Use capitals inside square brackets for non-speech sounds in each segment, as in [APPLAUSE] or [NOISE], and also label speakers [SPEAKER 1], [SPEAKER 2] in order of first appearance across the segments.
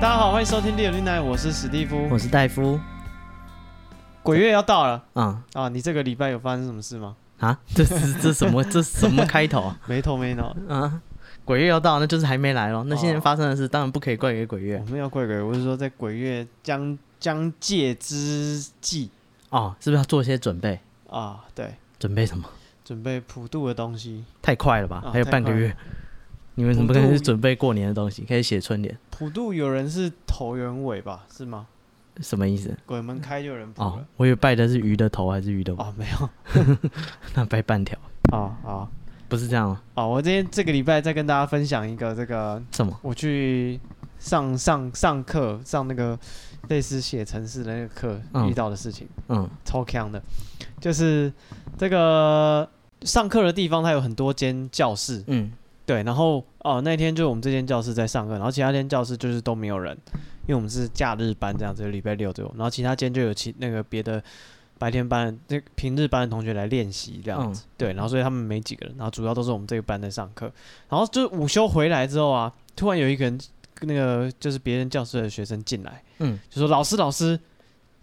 [SPEAKER 1] 大家好，欢迎收听《六零奶》，我是史蒂夫
[SPEAKER 2] 我。是戴夫
[SPEAKER 1] 鬼月要到了
[SPEAKER 2] 啊
[SPEAKER 1] 啊！你这个礼拜有发生什么事吗？
[SPEAKER 2] 啊，这是这什么这什么开头啊
[SPEAKER 1] 没头没脑，
[SPEAKER 2] [LAUGHS] 啊？鬼月要到，那就是还没来咯。那些人发生的事，当然不可以怪给鬼
[SPEAKER 1] 我
[SPEAKER 2] 月啊
[SPEAKER 1] 没有怪鬼，我是说在鬼月将将界之际
[SPEAKER 2] 哦，是不是要做些准备？
[SPEAKER 1] 啊，对，
[SPEAKER 2] 准备什么？
[SPEAKER 1] 准备普渡的东西。
[SPEAKER 2] 哦太快了吧，
[SPEAKER 1] 啊
[SPEAKER 2] 还有半个月。你们怎么可能是准备过年的东西？可以写春联，
[SPEAKER 1] 普渡有人是头人尾吧？是吗？
[SPEAKER 2] 什么意思？
[SPEAKER 1] 鬼门开就有人普
[SPEAKER 2] 哦
[SPEAKER 1] 了。，
[SPEAKER 2] 我以为拜的是鱼的头还是鱼的尾，
[SPEAKER 1] 哦，没有。
[SPEAKER 2] 那拜半条，
[SPEAKER 1] 哦，好。
[SPEAKER 2] 不是这样吗？
[SPEAKER 1] 哦，我今天这个礼拜再跟大家分享一个这个
[SPEAKER 2] 什么？
[SPEAKER 1] 我去上上上课上那个类似写程式的那个课
[SPEAKER 2] 嗯
[SPEAKER 1] 遇到的事情，
[SPEAKER 2] 嗯
[SPEAKER 1] 超强的，就是这个上课的地方它有很多间教室，
[SPEAKER 2] 嗯
[SPEAKER 1] 对，然后哦、那天就我们这间教室在上课，然后其他间教室就是都没有人，因为我们是假日班这样子，就礼拜六左右，然后其他间就有其那个别的白天班那平日班的同学来练习这样
[SPEAKER 2] 嗯
[SPEAKER 1] 子，对，然后所以他们没几个人，然后主要都是我们这个班在上课，然后就是午休回来之后啊，突然有一个人那个就是别人教室的学生进来，
[SPEAKER 2] 嗯，
[SPEAKER 1] 就说老师老师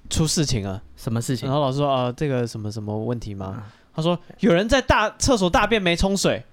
[SPEAKER 1] 出事情了，
[SPEAKER 2] 什么事情
[SPEAKER 1] 然？后老师说呃这个什么什么问题吗？
[SPEAKER 2] 啊
[SPEAKER 1] 他说有人在大厕所大便没冲水。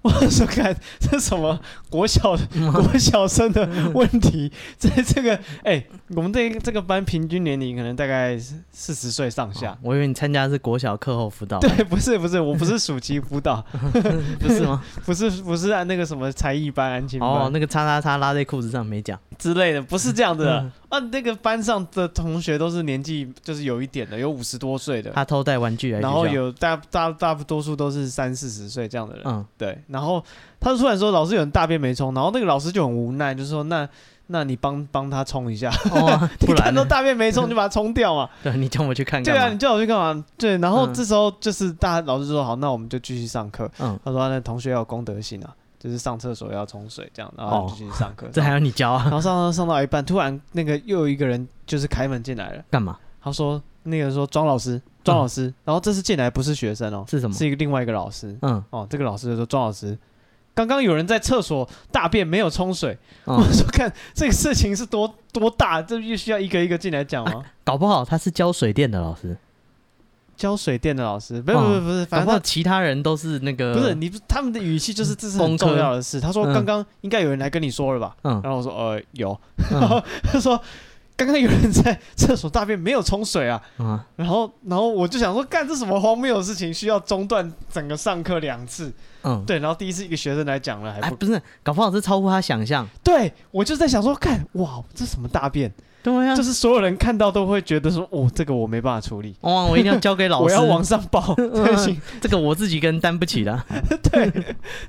[SPEAKER 1] [LAUGHS] 我说看这什么国小
[SPEAKER 2] 嗯
[SPEAKER 1] 国小生的问
[SPEAKER 2] [LAUGHS]
[SPEAKER 1] 题，在这个哎、我们这个这个班平均年龄可能大概四十岁上下
[SPEAKER 2] 哦。我以为你参加的是国小课后辅导，
[SPEAKER 1] 对，不是不是，我不是暑期辅导，
[SPEAKER 2] 哦 [LAUGHS] 不是 [LAUGHS] 吗？
[SPEAKER 1] [LAUGHS] 不是不是按那个什么才艺班、安亲班、
[SPEAKER 2] 哦，那个叉叉叉拉在裤子上没讲。
[SPEAKER 1] 之类的，不是这样子
[SPEAKER 2] 嗯
[SPEAKER 1] 的。啊，那个班上的同学都是年纪就是有一点的，有五十多岁的，
[SPEAKER 2] 他偷带玩具来学校，
[SPEAKER 1] 然后有大大大多数都是三四十岁这样的人。
[SPEAKER 2] 嗯
[SPEAKER 1] 对，然后他就突然说老师有人大便没冲，然后那个老师就很无奈，就说那那你帮帮他冲一下，
[SPEAKER 2] 哦，不
[SPEAKER 1] [LAUGHS] 你看
[SPEAKER 2] 然
[SPEAKER 1] 都
[SPEAKER 2] 呢
[SPEAKER 1] 大便没冲，你就把它冲掉嘛。
[SPEAKER 2] 对你叫我去看
[SPEAKER 1] 对啊，
[SPEAKER 2] [LAUGHS] 干
[SPEAKER 1] 你
[SPEAKER 2] 嘛？
[SPEAKER 1] 叫我去干嘛？对，然后
[SPEAKER 2] 嗯
[SPEAKER 1] 这时候就是大家老师说好，那我们就继续上课。
[SPEAKER 2] 嗯，
[SPEAKER 1] 他说那同学要有公德心啊，就是上厕所要冲水这样，然后
[SPEAKER 2] 哦
[SPEAKER 1] 就继续上课。
[SPEAKER 2] [LAUGHS] 这还要你教啊？
[SPEAKER 1] 然后上到上到一半，突然那个又有一个人就是开门进来了，
[SPEAKER 2] 干嘛？
[SPEAKER 1] 他说那个说庄老师，
[SPEAKER 2] 嗯
[SPEAKER 1] 庄老师，然后这次进来不是学生哦，
[SPEAKER 2] 是什么？
[SPEAKER 1] 是一个另外一个老师，
[SPEAKER 2] 嗯，
[SPEAKER 1] 哦，这个老师就说：“庄老师，刚刚有人在厕所大便没有冲水。
[SPEAKER 2] 嗯
[SPEAKER 1] 我说：“看这个事情是多多大，这必须要一个一个进来讲吗？”
[SPEAKER 2] 搞不好他是教水电的老师，
[SPEAKER 1] 教水电的老师，不是不是不是，
[SPEAKER 2] 哦搞
[SPEAKER 1] 反
[SPEAKER 2] 不好
[SPEAKER 1] 正
[SPEAKER 2] 其他人都是那
[SPEAKER 1] 他
[SPEAKER 2] 个
[SPEAKER 1] 不是你不他们的语气就是这是很
[SPEAKER 2] 工科
[SPEAKER 1] 重要的事。他说：“
[SPEAKER 2] 嗯
[SPEAKER 1] 刚刚应该有人来跟你说了吧？”
[SPEAKER 2] 嗯
[SPEAKER 1] [LAUGHS] 然后我说：“呃，有。”然
[SPEAKER 2] 嗯
[SPEAKER 1] 后他说：“刚刚有人在厕所大便没有冲水啊。”
[SPEAKER 2] 嗯
[SPEAKER 1] 然后，然后我就想说，干这什么荒谬的事情，需要中断整个上课两次？
[SPEAKER 2] 嗯，
[SPEAKER 1] 对，然后第一次一个学生来讲了，还不
[SPEAKER 2] 哎，不是，搞不好是超乎他
[SPEAKER 1] [LAUGHS]
[SPEAKER 2] 想象。
[SPEAKER 1] 对，我就在想说，看，哇，这什么大便？
[SPEAKER 2] 对啊
[SPEAKER 1] 就，是所有人看到都会觉得说，哦，这个我没办法处理，
[SPEAKER 2] 哇，我一定要交给老
[SPEAKER 1] 我
[SPEAKER 2] 师。嗯
[SPEAKER 1] 要往上报这个行。
[SPEAKER 2] [LAUGHS] 这个我自己跟担不起
[SPEAKER 1] [LAUGHS]
[SPEAKER 2] 的。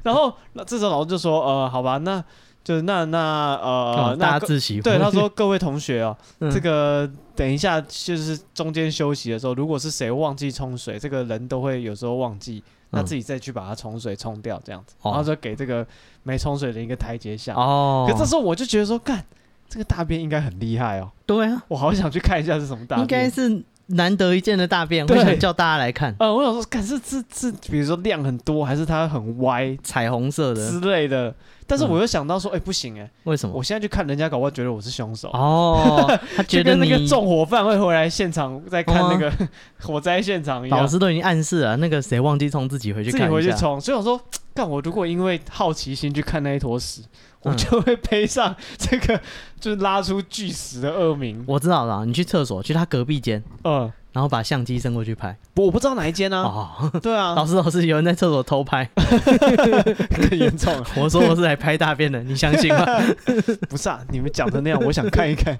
[SPEAKER 1] 然后那这时候老师就说，呃，好吧，那就是那那呃
[SPEAKER 2] 哦，大
[SPEAKER 1] 那
[SPEAKER 2] 家
[SPEAKER 1] 各
[SPEAKER 2] 自习。
[SPEAKER 1] 对他说，各位同学哦，
[SPEAKER 2] [LAUGHS] 嗯
[SPEAKER 1] 这个等一下就是中间休息的时候，如果是谁忘记冲水，这个人都会有时候忘记。那
[SPEAKER 2] 嗯
[SPEAKER 1] 自己再去把它冲水冲掉，这样子，
[SPEAKER 2] 哦
[SPEAKER 1] 然后就给这个没冲水的一个台阶下。
[SPEAKER 2] 哦
[SPEAKER 1] 可，这时候我就觉得说，干这个大便应该很厉害哦，
[SPEAKER 2] 对啊，
[SPEAKER 1] 我好想去看一下是什么大便。
[SPEAKER 2] 应该是难得一见的大便，
[SPEAKER 1] 对
[SPEAKER 2] 我想叫大家来看
[SPEAKER 1] 呃，我想说，看是是是，比如说量很多，还是它很歪
[SPEAKER 2] 彩虹色的
[SPEAKER 1] 之，类的。但是我又想到说，哎、不行哎、
[SPEAKER 2] 为什么
[SPEAKER 1] 我？现在去看人家，搞不好觉得我是凶手。
[SPEAKER 2] 哦，他
[SPEAKER 1] 就
[SPEAKER 2] 觉得
[SPEAKER 1] 跟那
[SPEAKER 2] 你
[SPEAKER 1] 个纵火犯会回来现场，再看那个 [LAUGHS] 火灾现场一样，
[SPEAKER 2] 老师都已经暗示了，那个谁忘记冲，自己回去
[SPEAKER 1] 自
[SPEAKER 2] 看
[SPEAKER 1] 己
[SPEAKER 2] 一下。
[SPEAKER 1] 回去冲。所以我说，干我如果因为好奇心去看那一坨屎，我
[SPEAKER 2] 嗯
[SPEAKER 1] 就会背上这 [LAUGHS] 个就是拉出巨石的恶名。
[SPEAKER 2] 我知道了，你去厕所，去他隔壁间，
[SPEAKER 1] 嗯，
[SPEAKER 2] 然后把相机伸过去拍。
[SPEAKER 1] 不我不知道哪一间啊，
[SPEAKER 2] 哦，
[SPEAKER 1] 对啊 [LAUGHS]
[SPEAKER 2] 老，师老师，有人在厕所偷拍，
[SPEAKER 1] 更严重了。
[SPEAKER 2] 我说我是来拍大便的，你相信吗？
[SPEAKER 1] [LAUGHS] 不是啊，你们讲的那样，我想看一看，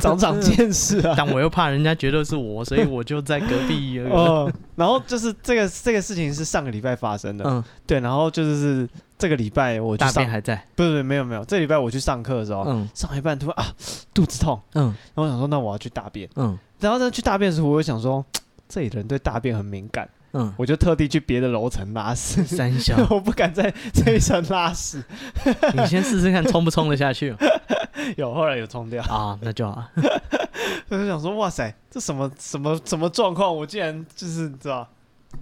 [SPEAKER 1] 长长见识
[SPEAKER 2] [LAUGHS]
[SPEAKER 1] 啊。
[SPEAKER 2] 但我又怕人家觉得是我，所以我就在隔壁而已。
[SPEAKER 1] 哦，然后就是这个这个事情是上个礼拜发生的，
[SPEAKER 2] 嗯，
[SPEAKER 1] 对，然后就是是这个礼拜我去
[SPEAKER 2] 大
[SPEAKER 1] 上
[SPEAKER 2] 便，还在。
[SPEAKER 1] 不是不是没有没有，这礼拜我去上课的时候，
[SPEAKER 2] 嗯
[SPEAKER 1] 上一半突然啊肚子痛，
[SPEAKER 2] 嗯
[SPEAKER 1] 然后我想说那我要去大便，
[SPEAKER 2] 嗯
[SPEAKER 1] 然后呢去大便的时候，我又想说这里人对大便很敏感，
[SPEAKER 2] 嗯，
[SPEAKER 1] 我就特地去别的楼层拉屎， [LAUGHS]
[SPEAKER 2] 三小，
[SPEAKER 1] 我不敢在这一层拉屎，
[SPEAKER 2] 你先试试看冲不冲得下去
[SPEAKER 1] 有后来有冲掉，
[SPEAKER 2] 啊？那就好。
[SPEAKER 1] 我就想说哇塞，这什么什么什么状况，我竟然就是你知道，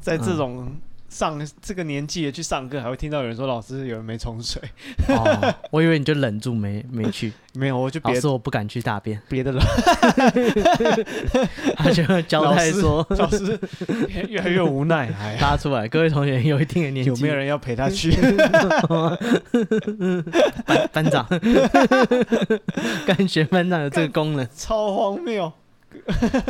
[SPEAKER 1] 在
[SPEAKER 2] 嗯
[SPEAKER 1] 这种。上这个年纪的去上课，还会听到有人说老师有人没冲水， [LAUGHS]
[SPEAKER 2] 哦，我以为你就忍住没没去，
[SPEAKER 1] 没有，我就
[SPEAKER 2] 老
[SPEAKER 1] 别
[SPEAKER 2] 师我不敢去大便，
[SPEAKER 1] 别的楼
[SPEAKER 2] 他就交代说
[SPEAKER 1] 老师越越来越无奈，哎呀，
[SPEAKER 2] 拉出来。各位同学有一定的年纪，
[SPEAKER 1] [LAUGHS] 有没有人要陪他去？ [LAUGHS]
[SPEAKER 2] 班班
[SPEAKER 1] [LAUGHS]
[SPEAKER 2] 长？感觉班长有这个功能？
[SPEAKER 1] 超荒谬！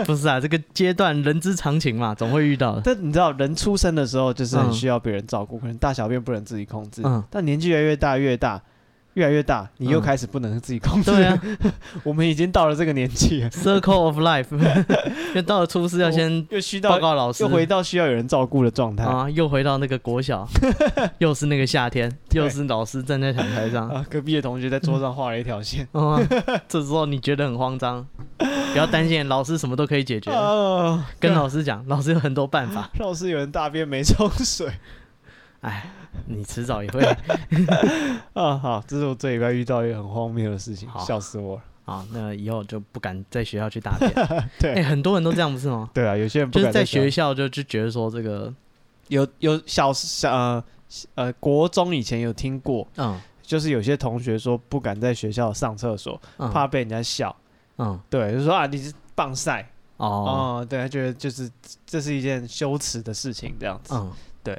[SPEAKER 2] 不是啊，这个阶段人之常情嘛，总会遇到的。
[SPEAKER 1] 但你知道，人出生的时候就是很
[SPEAKER 2] 嗯
[SPEAKER 1] 需要别人照顾，可能大小便不能自己控制。
[SPEAKER 2] 嗯
[SPEAKER 1] 但年纪越来越大，越大，越来越大，你又
[SPEAKER 2] 嗯
[SPEAKER 1] 开始不能自己控制。
[SPEAKER 2] 对啊
[SPEAKER 1] [LAUGHS] 我们已经到了这个年纪
[SPEAKER 2] [LAUGHS]
[SPEAKER 1] 了，
[SPEAKER 2] Circle of life，就
[SPEAKER 1] [LAUGHS]
[SPEAKER 2] 到了初四要先
[SPEAKER 1] 又需
[SPEAKER 2] 报
[SPEAKER 1] 到
[SPEAKER 2] 告老师
[SPEAKER 1] 又，回到需要有人照顾的状态。
[SPEAKER 2] 啊，又回到那个国
[SPEAKER 1] [LAUGHS]
[SPEAKER 2] 小，又是那个夏天，
[SPEAKER 1] 对
[SPEAKER 2] 又是老师站在讲台上。
[SPEAKER 1] 啊，隔壁的同学在桌上画了一条 [LAUGHS] 线。
[SPEAKER 2] 哦啊这时候你觉得很慌张，不要担心，老师什么都可以解决。
[SPEAKER 1] 啊，
[SPEAKER 2] 跟老师讲，老师有很多办
[SPEAKER 1] [LAUGHS]
[SPEAKER 2] 法。
[SPEAKER 1] 老师有人大便没冲水
[SPEAKER 2] 哎，你迟早也会
[SPEAKER 1] [LAUGHS] 啊！好，这是我这礼拜遇到一个很荒谬的事情，
[SPEAKER 2] 好
[SPEAKER 1] 笑死我了。
[SPEAKER 2] 啊。那以后就不敢在学校去大便。
[SPEAKER 1] [LAUGHS] 对
[SPEAKER 2] 哎、很多人都这样，不是吗？
[SPEAKER 1] 对啊，有些人不
[SPEAKER 2] 就是
[SPEAKER 1] 敢
[SPEAKER 2] 在
[SPEAKER 1] 再
[SPEAKER 2] 学校就就觉得说这个，
[SPEAKER 1] 有有小小呃呃国中以前有听过，
[SPEAKER 2] 嗯
[SPEAKER 1] 就是有些同学说不敢在学校上厕所，
[SPEAKER 2] 嗯，
[SPEAKER 1] 怕被人家笑，
[SPEAKER 2] 嗯
[SPEAKER 1] 对，就说啊你是棒晒
[SPEAKER 2] 哦
[SPEAKER 1] 哦、对他觉得就是这是一件羞耻的事情这样子，
[SPEAKER 2] 嗯，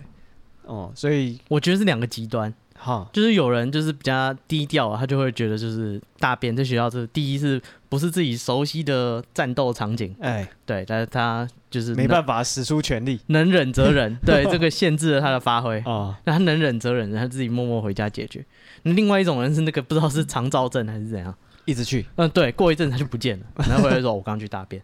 [SPEAKER 1] 哦、所以
[SPEAKER 2] 我觉得是两个极端。
[SPEAKER 1] 哈
[SPEAKER 2] 就是有人就是比较低调啊，他就会觉得就是大便在学校是第一是不是自己熟悉的战斗场景，
[SPEAKER 1] 哎
[SPEAKER 2] 对，但是他就是
[SPEAKER 1] 没办
[SPEAKER 2] 法，
[SPEAKER 1] 法使出全力
[SPEAKER 2] 能忍则 [LAUGHS] 忍，对，这个限制了他的发挥。
[SPEAKER 1] 啊、
[SPEAKER 2] 那他能忍则忍，他自己默默回家解决。那另外一种人是那个不知道是肠燥症还是怎样，
[SPEAKER 1] 一直去
[SPEAKER 2] 嗯，对，过一阵他就不见了，然后回来说：“我刚去大便。”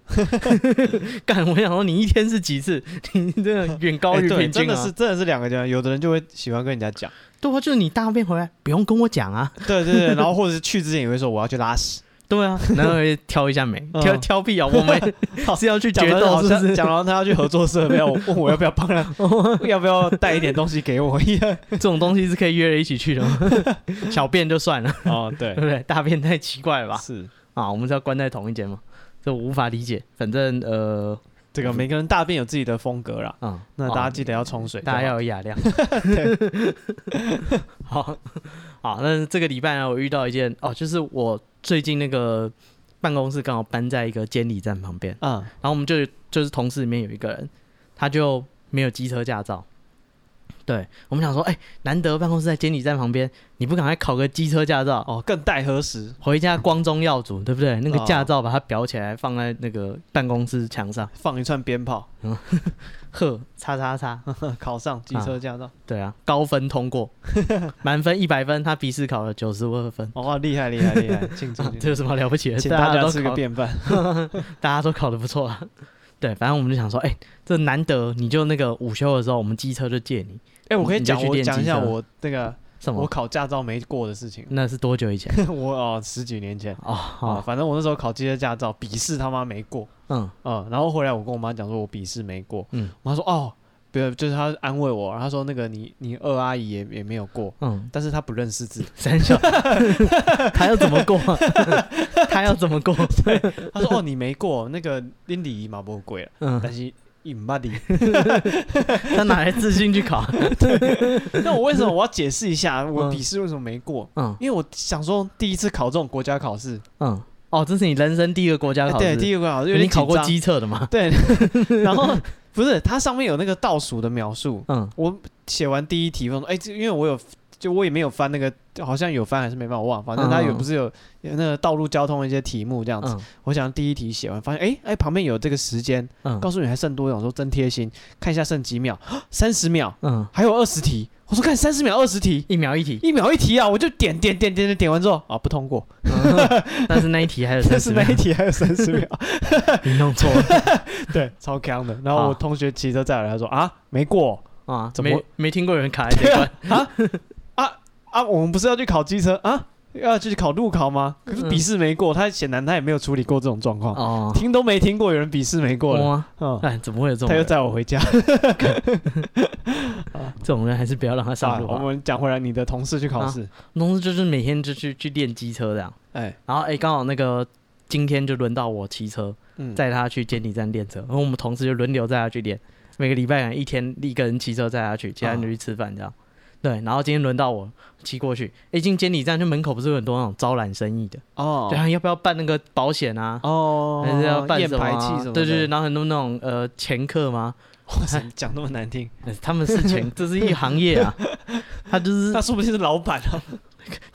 [SPEAKER 2] 干，我想说你一天是几次？你这个远高
[SPEAKER 1] 哎
[SPEAKER 2] 于
[SPEAKER 1] 对
[SPEAKER 2] 平
[SPEAKER 1] 真
[SPEAKER 2] 均
[SPEAKER 1] 的
[SPEAKER 2] 啊！
[SPEAKER 1] 是真的是两个阶段，有的人就会喜欢跟人家 [LAUGHS] 讲，
[SPEAKER 2] 对啊，就是你大便回来不用跟我讲啊。
[SPEAKER 1] 对对对，然后或者是去之前也会说我要去拉 [LAUGHS] 屎，
[SPEAKER 2] 对啊，然后会挑一下眉，
[SPEAKER 1] 嗯
[SPEAKER 2] 挑挑屁啊！我们是要去
[SPEAKER 1] 讲
[SPEAKER 2] 决
[SPEAKER 1] 的
[SPEAKER 2] 斗，
[SPEAKER 1] 好
[SPEAKER 2] 是不
[SPEAKER 1] 像
[SPEAKER 2] 是？
[SPEAKER 1] 讲到他要去合作社，没 [LAUGHS] 有问我要不要帮他， [LAUGHS] 要不要带一点东西给我一样。
[SPEAKER 2] 这种东西是可以约着一起去的吗？小便就算了，
[SPEAKER 1] 哦，
[SPEAKER 2] 对
[SPEAKER 1] 对 [LAUGHS]
[SPEAKER 2] 不，对？大便太奇怪了吧？
[SPEAKER 1] 是
[SPEAKER 2] 啊，我们是要关在同一间吗？这我无法理解。反正呃，
[SPEAKER 1] 这个每个人大便有自己的风格啦，
[SPEAKER 2] 嗯，
[SPEAKER 1] 那哦大家记
[SPEAKER 2] 得，
[SPEAKER 1] 得要冲水，
[SPEAKER 2] 大家
[SPEAKER 1] 对吧
[SPEAKER 2] 要有
[SPEAKER 1] [LAUGHS]
[SPEAKER 2] 雅量。 [LAUGHS] 好好，那这个礼拜呢，我遇到一件哦，就是我最近那个办公室刚好搬在一个监理站旁边，
[SPEAKER 1] 嗯
[SPEAKER 2] 然后我们就就是同事里面有一个人，他就没有机车驾照。对我们想说，哎、难得办公室在监理站旁边，你不赶快考个机车驾照，
[SPEAKER 1] 哦，更待何时？
[SPEAKER 2] 回家光宗耀祖，对不对？那个
[SPEAKER 1] 哦
[SPEAKER 2] 驾照把它裱起来，放在那个办公室墙上，
[SPEAKER 1] 放一串鞭炮，啊
[SPEAKER 2] 呵，叉叉叉，
[SPEAKER 1] 嗯考上机车驾照，
[SPEAKER 2] 对啊，高分通
[SPEAKER 1] [LAUGHS]
[SPEAKER 2] 过，满分一百分，他笔试考了九十二分。
[SPEAKER 1] 哦哇，厉害厉害厉 [LAUGHS] 害，庆祝
[SPEAKER 2] 啊
[SPEAKER 1] 庆
[SPEAKER 2] 这
[SPEAKER 1] 祝！
[SPEAKER 2] 有什么了不起的？
[SPEAKER 1] 请
[SPEAKER 2] 大
[SPEAKER 1] 大
[SPEAKER 2] 家
[SPEAKER 1] 家
[SPEAKER 2] 都
[SPEAKER 1] 吃
[SPEAKER 2] 考
[SPEAKER 1] 个便饭，
[SPEAKER 2] 大家都考得不错啊。 [LAUGHS] 对，反正我们就想说，哎、这难得你就那个午休的时候，我们机车就借你
[SPEAKER 1] 哎，我可以
[SPEAKER 2] 你就
[SPEAKER 1] 讲
[SPEAKER 2] 去
[SPEAKER 1] 我
[SPEAKER 2] 练
[SPEAKER 1] 讲一
[SPEAKER 2] 机
[SPEAKER 1] 下
[SPEAKER 2] 车
[SPEAKER 1] 我那个
[SPEAKER 2] 什么，
[SPEAKER 1] 我？考驾照没过的事情
[SPEAKER 2] 那是多久以前？
[SPEAKER 1] [LAUGHS] 我哦十几年前
[SPEAKER 2] 哦，
[SPEAKER 1] 啊，
[SPEAKER 2] 好，
[SPEAKER 1] 反正我那时候考机车驾照，笔试他妈没过，
[SPEAKER 2] 嗯
[SPEAKER 1] 嗯，然后回来我跟我妈讲说我笔试没过，
[SPEAKER 2] 嗯
[SPEAKER 1] 我妈说哦。不要，就是她安慰我，然后她说那个你你二阿姨也也没有过，
[SPEAKER 2] 嗯，
[SPEAKER 1] 但是她不认识字，[LAUGHS]
[SPEAKER 2] 三小，他要怎么过？他要怎么过？
[SPEAKER 1] 他说：“哦，你没过， [LAUGHS] 那个恁李姨嘛无过
[SPEAKER 2] [LAUGHS]
[SPEAKER 1] 啦，
[SPEAKER 2] 嗯，
[SPEAKER 1] 但是伊唔捌你。
[SPEAKER 2] 他哪来自信
[SPEAKER 1] [LAUGHS]
[SPEAKER 2] 去考？
[SPEAKER 1] 那我为什么我要解释一下我
[SPEAKER 2] 嗯
[SPEAKER 1] 笔试为什么没过？
[SPEAKER 2] 嗯
[SPEAKER 1] 因为我想说第一次考这种国家考试，
[SPEAKER 2] 嗯，哦，这是你人生第一个国家
[SPEAKER 1] 哎
[SPEAKER 2] 考
[SPEAKER 1] 对，
[SPEAKER 2] 试，
[SPEAKER 1] 第一个国家考试有
[SPEAKER 2] 你
[SPEAKER 1] 点
[SPEAKER 2] 考过
[SPEAKER 1] 紧
[SPEAKER 2] 机测的吗
[SPEAKER 1] 张？对， [LAUGHS] 然后不是它上面有那个倒数的描述，
[SPEAKER 2] 嗯
[SPEAKER 1] 我写完第一题，我说哎，这因为我有就我也没有翻那个，好像有翻还是没翻，我忘了。反正他有
[SPEAKER 2] 嗯
[SPEAKER 1] 不是有有那个道路交通一些题目这样子，
[SPEAKER 2] 嗯
[SPEAKER 1] 我想第一题写完，发现哎哎、旁边有这个时间，
[SPEAKER 2] 嗯
[SPEAKER 1] 告诉你还剩多少，我说真贴心，看一下剩几秒， [GASPS] 三十秒，
[SPEAKER 2] 嗯，
[SPEAKER 1] 还有二十题，我说看三十秒二十题，
[SPEAKER 2] 一秒一题，
[SPEAKER 1] 一秒一题啊，我就点点点点点点完之后啊不通过，
[SPEAKER 2] [LAUGHS] 但是那一题还有
[SPEAKER 1] 但
[SPEAKER 2] 三
[SPEAKER 1] [LAUGHS] 是
[SPEAKER 2] 十
[SPEAKER 1] 那
[SPEAKER 2] 秒，
[SPEAKER 1] 一题还有三十
[SPEAKER 2] [LAUGHS]
[SPEAKER 1] 秒，
[SPEAKER 2] 你弄错 [LAUGHS] 了
[SPEAKER 1] 对，超强的。然后
[SPEAKER 2] 好
[SPEAKER 1] 我同学骑车再来，他说啊没过
[SPEAKER 2] 啊！
[SPEAKER 1] 怎么
[SPEAKER 2] 没没听过有人卡在 [LAUGHS] 这一关？
[SPEAKER 1] 啊，我们不是要去考机车啊，要去考路考吗？可是
[SPEAKER 2] 嗯
[SPEAKER 1] 笔试没过，他显然他也没有处理过这种状况，
[SPEAKER 2] [LAUGHS] 哦，
[SPEAKER 1] 听都没听过有人笔试没过了，
[SPEAKER 2] 哇，
[SPEAKER 1] 嗯，
[SPEAKER 2] 哎，怎么会有这种
[SPEAKER 1] 他又
[SPEAKER 2] 人？
[SPEAKER 1] 载我回家。
[SPEAKER 2] 这种人还是不要让他上
[SPEAKER 1] 啊，
[SPEAKER 2] 路
[SPEAKER 1] 我
[SPEAKER 2] 吧。
[SPEAKER 1] 们讲回来，你的同事去考
[SPEAKER 2] 啊
[SPEAKER 1] 试，
[SPEAKER 2] 公司哦就是每天就去去练机车这样，
[SPEAKER 1] 哎，
[SPEAKER 2] 然后哎，刚好那个今天就轮到我骑车，
[SPEAKER 1] 嗯，
[SPEAKER 2] 载他去监理站练车，然后我们同事就轮流载他去练，每个礼拜啊一天一个人骑车载他去，其他人就去吃饭这样。对，然后今天轮到我骑过去，一进监理站就门口不是有很多那种招揽生意的，
[SPEAKER 1] 哦
[SPEAKER 2] 对啊，要不要办那个保险啊？
[SPEAKER 1] 哦，
[SPEAKER 2] 还是要办
[SPEAKER 1] 验
[SPEAKER 2] 什么
[SPEAKER 1] 排
[SPEAKER 2] 啊、
[SPEAKER 1] 气什么的？
[SPEAKER 2] 对对对，然后很多那种呃前客吗？
[SPEAKER 1] 哇塞，你讲那么难听，
[SPEAKER 2] 呃他们是前， [LAUGHS] 这是一行
[SPEAKER 1] [LAUGHS]
[SPEAKER 2] 业啊，他就是
[SPEAKER 1] 那说不定是老板啊，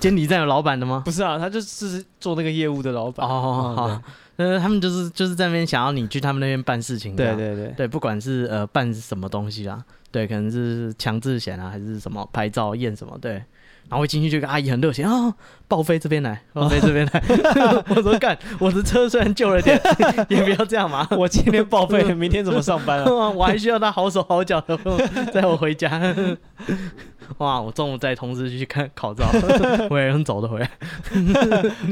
[SPEAKER 2] 监理站有老板的吗？
[SPEAKER 1] [LAUGHS] 不是啊，他就是做那个业务的老板。
[SPEAKER 2] 哦，好，呃，他们就是就是在那边想要你去他们那边办事情这
[SPEAKER 1] 对
[SPEAKER 2] 样，
[SPEAKER 1] 对对，
[SPEAKER 2] 对，不管是呃办什么东西啦，对，可能是强制险啊，还是什么拍照验什么，对。然后一进去就跟阿姨很热情啊，报废这边来，报废这边来。 [LAUGHS] 我说干，我的车虽然旧了点， [LAUGHS] 也不要这样嘛。
[SPEAKER 1] 我今天报废了，明天怎么上班啊？
[SPEAKER 2] [LAUGHS] 我还需要他好手好脚的载我回家。 [LAUGHS] 哇！我中午带同事去看考照， [LAUGHS] 我也能走得回来。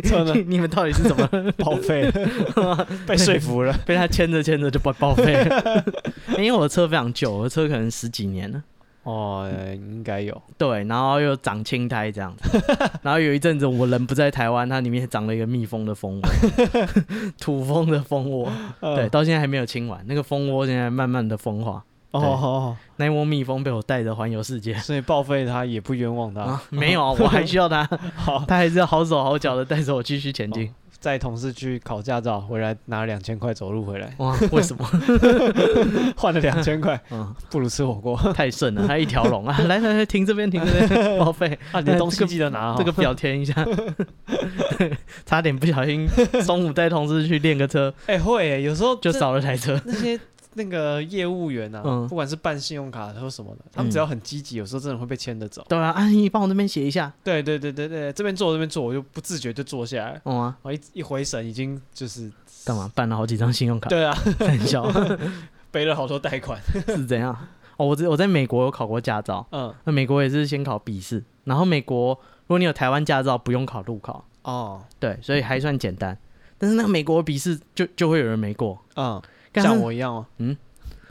[SPEAKER 1] 车呢
[SPEAKER 2] [LAUGHS] 你们到底是怎么
[SPEAKER 1] 报废了， [LAUGHS] 被说服了。
[SPEAKER 2] [LAUGHS] 被他牵着牵着就报报废了？ [LAUGHS] 因为我的车非常旧，我的车可能十几年了，
[SPEAKER 1] 哦，呃应该有。
[SPEAKER 2] 对，然后又长青苔这样子，
[SPEAKER 1] [LAUGHS]
[SPEAKER 2] 然后有一阵子我人不在台湾，它里面长了一个蜜蜂的蜂窝，
[SPEAKER 1] [LAUGHS]
[SPEAKER 2] 土蜂的蜂窝，对，
[SPEAKER 1] 对，
[SPEAKER 2] 到现在还没有清完，那个蜂窝现在慢慢的风化，
[SPEAKER 1] 哦
[SPEAKER 2] 对
[SPEAKER 1] 哦，
[SPEAKER 2] 那一窝蜜蜂被我带着环游世界
[SPEAKER 1] [LAUGHS] 哦。所以报废他也不冤枉他
[SPEAKER 2] 啊。，没 [LAUGHS] 有啊，我还需要他， [LAUGHS]
[SPEAKER 1] 好，
[SPEAKER 2] 他还是要好手好脚的带着我继续前进。
[SPEAKER 1] 载同事去考驾照，回来拿两千块走路回 [LAUGHS] 来，
[SPEAKER 2] 哦哇，为什么？
[SPEAKER 1] 换了两千块，
[SPEAKER 2] 嗯，
[SPEAKER 1] 不如吃火 [LAUGHS] 锅。
[SPEAKER 2] [LAUGHS] 太顺了，他一条龙啊！ [LAUGHS] 来来来，停这边，停这 [LAUGHS] 边，报废。
[SPEAKER 1] 啊，你的东西记得拿哦
[SPEAKER 2] 这个表填一 [LAUGHS] 下，差点不小心中午带同事去练个车，
[SPEAKER 1] 哎、会耶、有时候
[SPEAKER 2] 就
[SPEAKER 1] 这
[SPEAKER 2] 少了台车。
[SPEAKER 1] 那些那个业务员啊，
[SPEAKER 2] 嗯
[SPEAKER 1] 不管是办信用卡或什么的，他们
[SPEAKER 2] 嗯
[SPEAKER 1] 只要很积极，有时候真的会被牵着走。
[SPEAKER 2] 对啊，阿姨帮我这边写一下，
[SPEAKER 1] 对对对对对，这边坐这边坐，我就不自觉就坐下来，
[SPEAKER 2] 懂吗？
[SPEAKER 1] 我一一回神已经就是
[SPEAKER 2] 哦啊干嘛办了好几张信用卡？
[SPEAKER 1] 对啊， [LAUGHS]
[SPEAKER 2] 很小 [LAUGHS]
[SPEAKER 1] 背了好多贷款。
[SPEAKER 2] 是怎样？哦，我在我在美国有考过驾照，
[SPEAKER 1] 嗯
[SPEAKER 2] 那美国也是先考笔试，然后美国如果你有台湾驾照，不用考路考，
[SPEAKER 1] 哦
[SPEAKER 2] 对，所以还算简单。但是那个美国笔试就就会有人没过，
[SPEAKER 1] 嗯，
[SPEAKER 2] 干
[SPEAKER 1] 像我一样哦，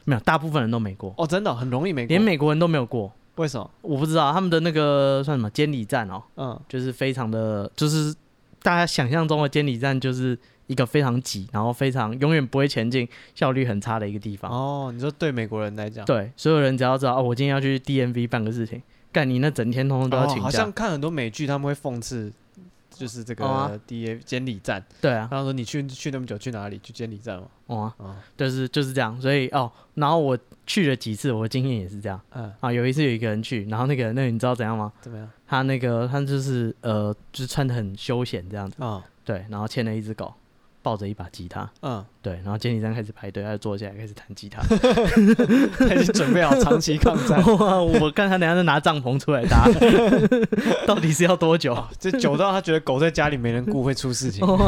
[SPEAKER 2] 没有，大部分人都没过，
[SPEAKER 1] 哦真的哦、很容易没过
[SPEAKER 2] 连美国人都没有过。
[SPEAKER 1] 为什么？
[SPEAKER 2] 我不知道他们的那个算什么监理站哦，
[SPEAKER 1] 嗯
[SPEAKER 2] 就是非常的，就是大家想象中的监理站就是一个非常挤，然后非常永远不会前进、效率很差的一个地方。
[SPEAKER 1] 哦，你说对美国人来讲，
[SPEAKER 2] 对，所有人只要知道哦，我今天要去 DMV 办个事情，干你那整天通通都要
[SPEAKER 1] 哦
[SPEAKER 2] 请
[SPEAKER 1] 好
[SPEAKER 2] 假。
[SPEAKER 1] 像看很多美剧，他们会讽刺。就是这
[SPEAKER 2] 哦
[SPEAKER 1] 个
[SPEAKER 2] 啊
[SPEAKER 1] D A 监理站，
[SPEAKER 2] 对啊，
[SPEAKER 1] 然后说你去去那么久去哪里？去监理站嘛？
[SPEAKER 2] 哇、
[SPEAKER 1] 哦，
[SPEAKER 2] 就是就是这样。所以哦，然后我去了几次，我的经验也是这样
[SPEAKER 1] 嗯，
[SPEAKER 2] 啊。有一次有一个人去，然后那个人那个你知道怎样吗？
[SPEAKER 1] 怎么样？
[SPEAKER 2] 他那个他就是呃，就是穿的很休闲这样子，
[SPEAKER 1] 啊、
[SPEAKER 2] 对，然后牵了一只狗，抱着一把吉他。
[SPEAKER 1] 嗯，
[SPEAKER 2] 对，然后监理站开始排队，他就坐下来开始弹
[SPEAKER 1] [LAUGHS]
[SPEAKER 2] 吉他。
[SPEAKER 1] 他已经准备好长期抗
[SPEAKER 2] [LAUGHS]
[SPEAKER 1] 战。
[SPEAKER 2] 哇！我看他等下就拿帐篷出来
[SPEAKER 1] [LAUGHS]
[SPEAKER 2] 搭，到底是要多久？ [LAUGHS]
[SPEAKER 1] 这久到他觉得狗在家里没人顾会出事情，
[SPEAKER 2] 哦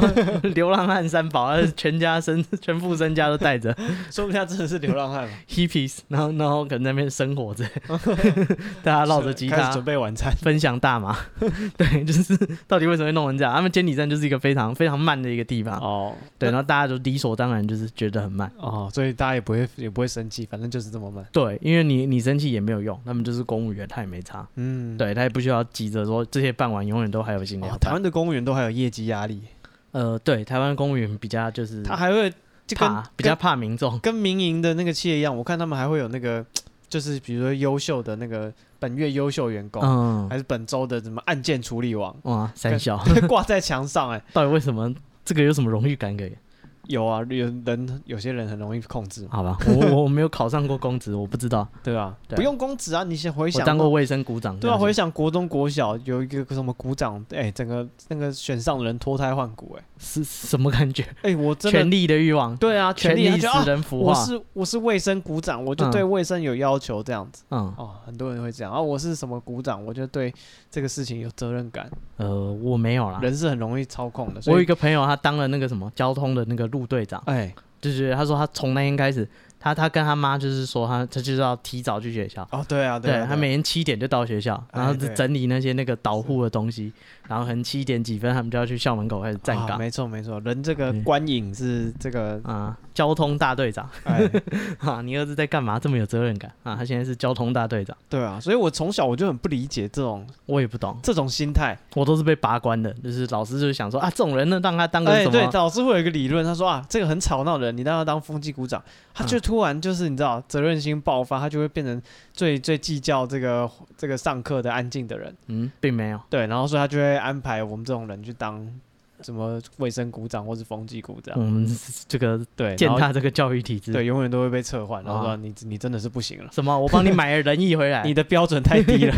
[SPEAKER 2] 流浪汉三宝，他全家身全副身家都带着
[SPEAKER 1] 说不定他真的是流浪汉嘛。
[SPEAKER 2] hippies，然后然后可能在那边生
[SPEAKER 1] [LAUGHS]
[SPEAKER 2] 活着，大家绕着吉
[SPEAKER 1] 啊开始
[SPEAKER 2] 他
[SPEAKER 1] 准备晚餐。
[SPEAKER 2] 分享大麻。 [LAUGHS] 对，就是到底为什么会弄成这样？他们监理站就是一个非常非常慢的一个地方，
[SPEAKER 1] 哦，
[SPEAKER 2] 对，然后大家就理所当然就是觉得很慢。
[SPEAKER 1] 哦，所以大家也不会也不会生气，反正就是这么慢。
[SPEAKER 2] 对，因为你你生气也没有用，他们就是公务员，他也没差，
[SPEAKER 1] 嗯，
[SPEAKER 2] 对他也不需要急着说这些办完永远都还有新的要
[SPEAKER 1] 哦。
[SPEAKER 2] 办
[SPEAKER 1] 台。湾的公务员都还有业绩压力，
[SPEAKER 2] 呃，对，台湾公务员比较就是
[SPEAKER 1] 他还会就跟
[SPEAKER 2] 怕比较怕民众，
[SPEAKER 1] 跟跟民营的那个企业一样，我看他们还会有那个，就是比如说优秀的那个本月优秀员工，
[SPEAKER 2] 嗯，
[SPEAKER 1] 还是本周的什么案件处理王，
[SPEAKER 2] 哇，三
[SPEAKER 1] 跟
[SPEAKER 2] 小
[SPEAKER 1] [LAUGHS] 挂在墙上、哎，
[SPEAKER 2] 到底为什么这个有什么荣誉感可以？
[SPEAKER 1] 有啊，有人有些人很容易控制，
[SPEAKER 2] 好吧，我我我没有考上过公职，我不知道。
[SPEAKER 1] 对吧？
[SPEAKER 2] 对
[SPEAKER 1] 不用公职啊，你先回
[SPEAKER 2] 我
[SPEAKER 1] 想
[SPEAKER 2] 当过卫生股长，
[SPEAKER 1] 对啊，
[SPEAKER 2] 这
[SPEAKER 1] 回
[SPEAKER 2] 样子
[SPEAKER 1] 想国中、国小有一个什么鼓掌，哎、整个那个选上的人脱胎换骨、哎
[SPEAKER 2] 是是什么感觉？
[SPEAKER 1] 哎、我真的
[SPEAKER 2] 权力的欲望，
[SPEAKER 1] 对啊，
[SPEAKER 2] 权
[SPEAKER 1] 力他觉得
[SPEAKER 2] 使
[SPEAKER 1] 啊，
[SPEAKER 2] 人腐
[SPEAKER 1] 我
[SPEAKER 2] 化。
[SPEAKER 1] 是我是卫生鼓掌，我就
[SPEAKER 2] 嗯
[SPEAKER 1] 对卫生有要求这样子、
[SPEAKER 2] 嗯，
[SPEAKER 1] 哦，很多人会这样啊，我是什么鼓掌，我就对这个事情有责任感，
[SPEAKER 2] 呃，我没有啦。
[SPEAKER 1] 人是很容易操控的，
[SPEAKER 2] 我
[SPEAKER 1] 所
[SPEAKER 2] 有一
[SPEAKER 1] 以
[SPEAKER 2] 个朋友，他当了那个什么交通的那个路队长，
[SPEAKER 1] 哎、
[SPEAKER 2] 就是他说他从那天开始，他他跟他妈就是说他他就是要提早去学校，
[SPEAKER 1] 哦，对啊，
[SPEAKER 2] 对
[SPEAKER 1] 啊，
[SPEAKER 2] 他每天七点就到学校，
[SPEAKER 1] 哎
[SPEAKER 2] 然后就
[SPEAKER 1] 对
[SPEAKER 2] 整理那些那个导护的东西，然后可能七点几分他们就要去校门口开始站
[SPEAKER 1] 啊
[SPEAKER 2] 岗
[SPEAKER 1] 没错没错，人这个
[SPEAKER 2] 嗯
[SPEAKER 1] 观影是这个，
[SPEAKER 2] 啊。交通大队长 [LAUGHS]
[SPEAKER 1] 哎，
[SPEAKER 2] 啊，你儿子在干嘛？这么有责任感啊？他现在是交通大队长，
[SPEAKER 1] 对啊，所以我从小我就很不理解这种
[SPEAKER 2] 我也不懂，
[SPEAKER 1] 这种心态。
[SPEAKER 2] 我都是被拔关的，就是老师就是想说啊，这种人呢让他当个
[SPEAKER 1] 哎，
[SPEAKER 2] 什
[SPEAKER 1] 对，
[SPEAKER 2] 么？
[SPEAKER 1] 老师会有一个理论，他说啊，这个很吵闹的人，你让他当风纪股长，他
[SPEAKER 2] 嗯
[SPEAKER 1] 就突然就是你知道责任心爆发，他就会变成最最计较这个这个上课的安静的人。
[SPEAKER 2] 嗯，并没有。
[SPEAKER 1] 对，然后所以他就会安排我们这种人去当什么卫生股长或是风纪股长。
[SPEAKER 2] 我们这个
[SPEAKER 1] 对，
[SPEAKER 2] 践
[SPEAKER 1] 嗯然后
[SPEAKER 2] 踏这个教育体制，
[SPEAKER 1] 对，永远都会被撤换，然后
[SPEAKER 2] 啊哎
[SPEAKER 1] 说你你真的是不行了。
[SPEAKER 2] 什么？我帮你买了仁义回来，
[SPEAKER 1] 你的标准太
[SPEAKER 2] [LAUGHS]
[SPEAKER 1] 低了，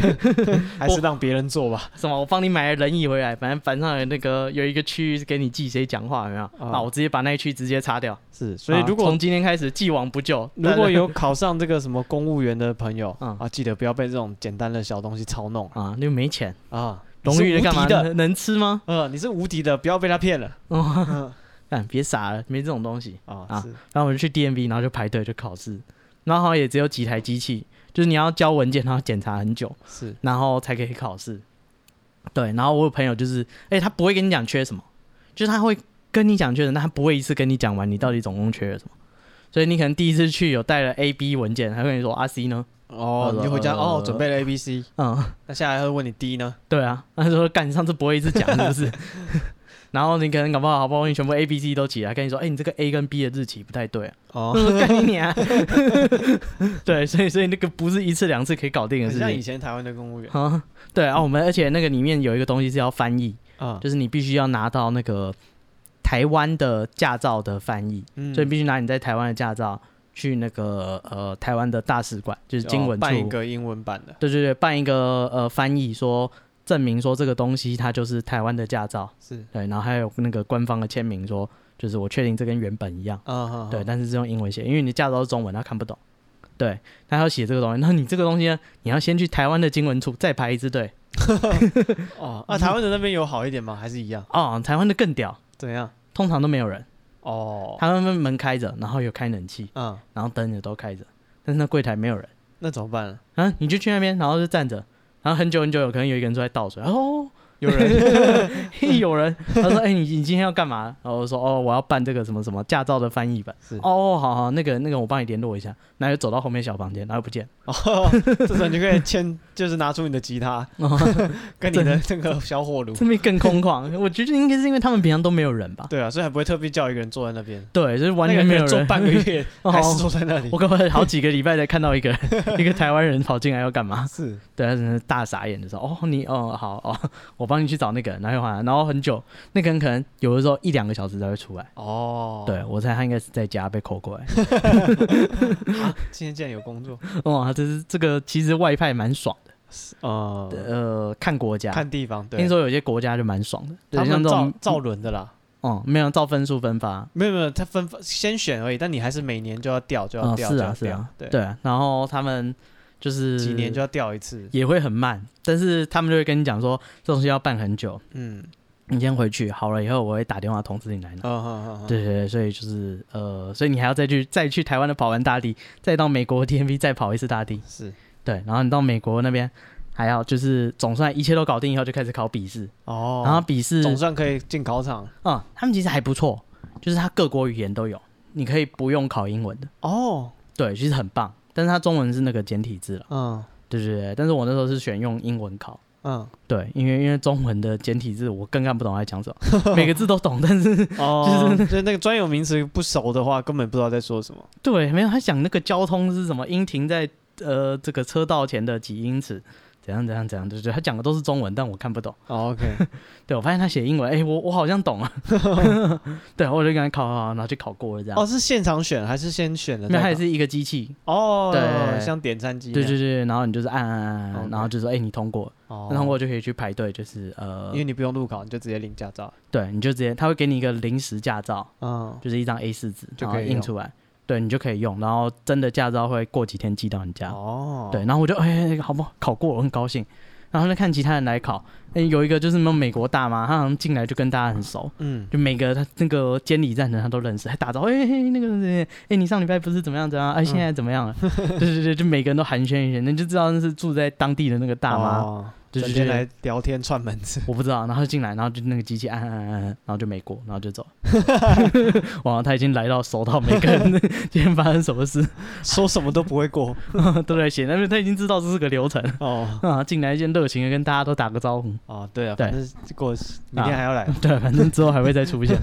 [SPEAKER 1] 还是让别人做吧。
[SPEAKER 2] 什么？我帮你买了仁义回来，反正反上有那个有一个区域是给你记谁讲话，有没有？啊，我直接把那一区直接擦掉。
[SPEAKER 1] 是，哦所以
[SPEAKER 2] 啊
[SPEAKER 1] 如果
[SPEAKER 2] 从今天开始既往不咎，
[SPEAKER 1] 如果有考上这个什么公务员的朋友
[SPEAKER 2] 嗯
[SPEAKER 1] 啊，记得不要被这种简单的小东西操弄
[SPEAKER 2] 啊，又没钱，
[SPEAKER 1] 啊。
[SPEAKER 2] 荣誉
[SPEAKER 1] 你是
[SPEAKER 2] 的
[SPEAKER 1] 无
[SPEAKER 2] 干嘛？
[SPEAKER 1] 敌的，
[SPEAKER 2] 能能吃吗？
[SPEAKER 1] 呃，你是无敌的，不要被他骗了
[SPEAKER 2] 哦，干别傻了，没这种东西。
[SPEAKER 1] 啊！
[SPEAKER 2] 啊
[SPEAKER 1] 是
[SPEAKER 2] 然后我就去 DMV，然后就排队就考试，然后好像也只有几台机器，就是你要交文件，然后检查很久， [LAUGHS]
[SPEAKER 1] 是，
[SPEAKER 2] 然后才可以考试。对，然后我有朋友就是，哎、他不会跟你讲缺什么，就是他会跟你讲缺什么，但他不会一次跟你讲完你到底总共缺了什么。所以你可能第一次去有带了 A、B 文件，他会跟你说啊 C 呢？
[SPEAKER 1] 哦，你就回
[SPEAKER 2] 呃
[SPEAKER 1] 家哦，准备了 A、B、C，
[SPEAKER 2] 嗯， [LAUGHS]
[SPEAKER 1] 那下来他会问你 D 呢？
[SPEAKER 2] 对啊，他说干，你上次不会一直讲是不是？ [LAUGHS] 然后你可能搞不好好不容易全部 A、B、C 都起来，跟你说，哎、你这个 A 跟 B 的日期不太对啊，
[SPEAKER 1] [LAUGHS] 哦，
[SPEAKER 2] 干你娘！ [LAUGHS] 对，所以所以那个不是一次两次可以搞定的
[SPEAKER 1] 很
[SPEAKER 2] 事
[SPEAKER 1] 像以
[SPEAKER 2] 情。
[SPEAKER 1] 前台湾的公务员
[SPEAKER 2] 啊，对啊，我们而且那个里面有一个东西是要翻译，
[SPEAKER 1] 啊，
[SPEAKER 2] 就是你必须要拿到那个台湾的驾照的翻译，
[SPEAKER 1] 嗯
[SPEAKER 2] 所以你必须拿你在台湾的驾照去那个呃台湾的大使馆，就是经文
[SPEAKER 1] 哦
[SPEAKER 2] 处，
[SPEAKER 1] 办一个英文版的，
[SPEAKER 2] 对对对，办一个呃翻译说。证明说这个东西它就是台湾的驾照，
[SPEAKER 1] 是
[SPEAKER 2] 对，然后还有那个官方的签名说，就是我确定这跟原本一样，
[SPEAKER 1] 啊，哈
[SPEAKER 2] 对，，但是是用英文写，因为你驾照是中文，他看不懂，对，他要写这个东西，然后你这个东西呢，你要先去台湾的经文处再排一支队，
[SPEAKER 1] 哈哦，那台湾的那边有好一点吗？还是一样？
[SPEAKER 2] 哦，台湾的更屌，
[SPEAKER 1] 怎样？
[SPEAKER 2] 通常都没有人，
[SPEAKER 1] 哦，
[SPEAKER 2] 他们门开着，然后有开冷气，
[SPEAKER 1] 嗯，
[SPEAKER 2] 然后灯也都开着，但是那柜台没有人
[SPEAKER 1] 那怎么 [LAUGHS] 办？
[SPEAKER 2] 啊，你就去那边，然后就站着，然后很久很久，有可能有一个人出来倒水，哦，
[SPEAKER 1] 有人 [LAUGHS]
[SPEAKER 2] 嘿有人，他说，哎、你你今天要干嘛？然后我说，哦，我要办这个什么什么驾照的翻译本
[SPEAKER 1] 是，
[SPEAKER 2] 哦，好好，那个那个我帮你联络一下，然后就走到后面小房间，然后不见，
[SPEAKER 1] 哦，这时候你就可以牵，就是拿出你的吉他
[SPEAKER 2] 哦、
[SPEAKER 1] [LAUGHS] 跟你的这个小火炉，
[SPEAKER 2] 这边更空旷，我觉得应该是因为他们平常都没有人吧，
[SPEAKER 1] 对啊，所以还不会特地叫一个人坐在那边，
[SPEAKER 2] 对，就是完全没
[SPEAKER 1] 那个
[SPEAKER 2] 有
[SPEAKER 1] 人坐
[SPEAKER 2] 人，
[SPEAKER 1] 半个月
[SPEAKER 2] 哦
[SPEAKER 1] 还是坐在那里
[SPEAKER 2] [LAUGHS] 我，可能好几个礼拜才看到一个 [LAUGHS] 人一个台湾人跑进来要干嘛？
[SPEAKER 1] [LAUGHS] 是
[SPEAKER 2] 对，他真的是大傻眼的时候，哦，你哦好哦，我帮你去找那个人，然后又回来，然后很久，那个人可能有的时候一两个小时才会出来。
[SPEAKER 1] 哦，
[SPEAKER 2] 对，我猜他应该是在家被扣过来。 [LAUGHS]
[SPEAKER 1] 今天竟然有工作，
[SPEAKER 2] 哇，这是这个其实外派蛮爽的，
[SPEAKER 1] 呃，
[SPEAKER 2] 呃，看国家，
[SPEAKER 1] 看地方，对，
[SPEAKER 2] 听说有些国家就蛮爽的，
[SPEAKER 1] 他
[SPEAKER 2] 对，像
[SPEAKER 1] 们
[SPEAKER 2] 这
[SPEAKER 1] 照
[SPEAKER 2] 种，
[SPEAKER 1] 照轮的啦，
[SPEAKER 2] 哦，没有照分数分发，
[SPEAKER 1] 没有没有，他分先选而已，但你还是每年就要调就要
[SPEAKER 2] 嗯，
[SPEAKER 1] 调，
[SPEAKER 2] 是
[SPEAKER 1] 就要
[SPEAKER 2] 啊是
[SPEAKER 1] 调
[SPEAKER 2] 啊，
[SPEAKER 1] 对，
[SPEAKER 2] 对啊，然后他们就是
[SPEAKER 1] 几年就要调一次，
[SPEAKER 2] 也会很慢，但是他们就会跟你讲说，这东西要办很久，
[SPEAKER 1] 嗯，
[SPEAKER 2] 你先回去，好了以后我会打电话通知你来拿。
[SPEAKER 1] 啊啊啊，
[SPEAKER 2] 对对对，所以就是呃，所以你还要再去再去台湾的跑完大地，再到美国 TMV 再跑一次大地，
[SPEAKER 1] 是
[SPEAKER 2] 对，然后你到美国那边还要就是总算一切都搞定以后就开始考笔试，
[SPEAKER 1] 哦，
[SPEAKER 2] 然后笔试
[SPEAKER 1] 总算可以进考场
[SPEAKER 2] 嗯，他们其实还不错，就是他各国语言都有，你可以不用考英文的，
[SPEAKER 1] 哦，
[SPEAKER 2] 对，其实很棒，但是他中文是那个简体字了，
[SPEAKER 1] 嗯
[SPEAKER 2] 对对对，但是我那时候是选用英文考。
[SPEAKER 1] 嗯，
[SPEAKER 2] 对，因为因为中文的简体字我更看不懂他在讲什
[SPEAKER 1] [LAUGHS]
[SPEAKER 2] 么，每个字都懂，但是
[SPEAKER 1] 哦， [LAUGHS] 就是那个专有名词不熟的话，根本不知道在说什么，
[SPEAKER 2] 对，没有他讲那个交通是什么，应停在呃这个车道前的几英尺，怎样怎样怎样，对对，他讲的都是中文，但我看不懂。
[SPEAKER 1] 哦，OK，
[SPEAKER 2] 对我发现他写英文，哎、我我好像懂啊了。
[SPEAKER 1] 哦
[SPEAKER 2] 对，哎我就跟他考考，考然后就考过了这
[SPEAKER 1] [LAUGHS]
[SPEAKER 2] 样。
[SPEAKER 1] 哦，是现场选还是先选的？
[SPEAKER 2] 那它也是一个机器，
[SPEAKER 1] 哦，
[SPEAKER 2] 对
[SPEAKER 1] 像点餐机，
[SPEAKER 2] 对对，对，然后你就是按按按按，
[SPEAKER 1] OK
[SPEAKER 2] 按，然后就说哎、你通过了，
[SPEAKER 1] 哦，
[SPEAKER 2] 那通过就可以去排队，就是呃
[SPEAKER 1] 因，为你不用路考，你就直接领驾照，
[SPEAKER 2] 对，你就直接他会给你一个临时驾照，
[SPEAKER 1] 嗯，
[SPEAKER 2] 就是一张 A 4纸，
[SPEAKER 1] 就
[SPEAKER 2] 然
[SPEAKER 1] 可
[SPEAKER 2] 后
[SPEAKER 1] 以
[SPEAKER 2] 印
[SPEAKER 1] 用
[SPEAKER 2] 出来，对你就可以用，然后真的驾照会过几天寄到你家。
[SPEAKER 1] 哦，
[SPEAKER 2] 对，，然后我就哎、好不好？考过，我很高兴。然后就看其他人来考，哎、有一个就是那种美国大妈，她好像进来就跟大家很熟，
[SPEAKER 1] 嗯，
[SPEAKER 2] 就每个她那个监理站的人她都认识，还打招呼，哎、哎那个谁，哎、你上礼拜不是怎么样怎么样？哎、现在怎么样了？对对对，就每个人都寒暄一下，那就知道那是住在当地的那个大
[SPEAKER 1] [LAUGHS]
[SPEAKER 2] 妈。
[SPEAKER 1] 哦，
[SPEAKER 2] 对
[SPEAKER 1] 整
[SPEAKER 2] 对
[SPEAKER 1] 天
[SPEAKER 2] 对
[SPEAKER 1] 来聊天串门子， [LAUGHS]
[SPEAKER 2] 我不知道，然后就进来，然后就那个机器按啊按按按，然后就没过，然后就走。哇，他已经来到熟到每个人今天发生什么事
[SPEAKER 1] 说什么都不会过，
[SPEAKER 2] 都在写，但是他已经知道这是个流程 [LAUGHS]
[SPEAKER 1] 哦，
[SPEAKER 2] 啊。进来先热情的跟大家都打个招呼，
[SPEAKER 1] 哦，对啊，
[SPEAKER 2] 对啊
[SPEAKER 1] 反正过明天还要来，
[SPEAKER 2] [LAUGHS] 对，反正之后还会再出现，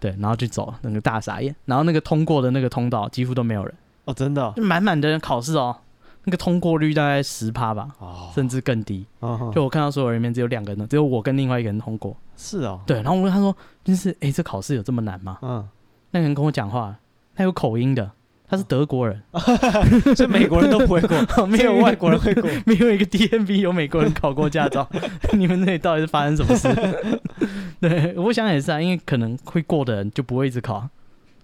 [SPEAKER 2] 对，然后就走，那个大傻眼。然后那个通过的那个通道几乎都没有人，
[SPEAKER 1] 哦，真
[SPEAKER 2] [LAUGHS]
[SPEAKER 1] 的哦，
[SPEAKER 2] 就满满的人考试哦，那个通过率大概十趴吧，
[SPEAKER 1] 哦，
[SPEAKER 2] 甚至更低。
[SPEAKER 1] 哦
[SPEAKER 2] 就我看到所有人里面只有两个人，只有我跟另外一个人通过。
[SPEAKER 1] 是哦，
[SPEAKER 2] 对，然后我跟他说，就是诶，这考试有这么难吗？
[SPEAKER 1] 嗯，
[SPEAKER 2] 那个人跟我讲话，他有口音的，他是德国人，
[SPEAKER 1] [LAUGHS] 所以美国人都不会
[SPEAKER 2] [LAUGHS]
[SPEAKER 1] 过，
[SPEAKER 2] 没
[SPEAKER 1] 只有外国人会
[SPEAKER 2] [LAUGHS]
[SPEAKER 1] 过，
[SPEAKER 2] 没有一个 DMV 有美国人考过驾照。 [LAUGHS] 你们那里到底是发生什么事？ [LAUGHS] 对，我想也是啊，因为可能会过的人就不会一直考，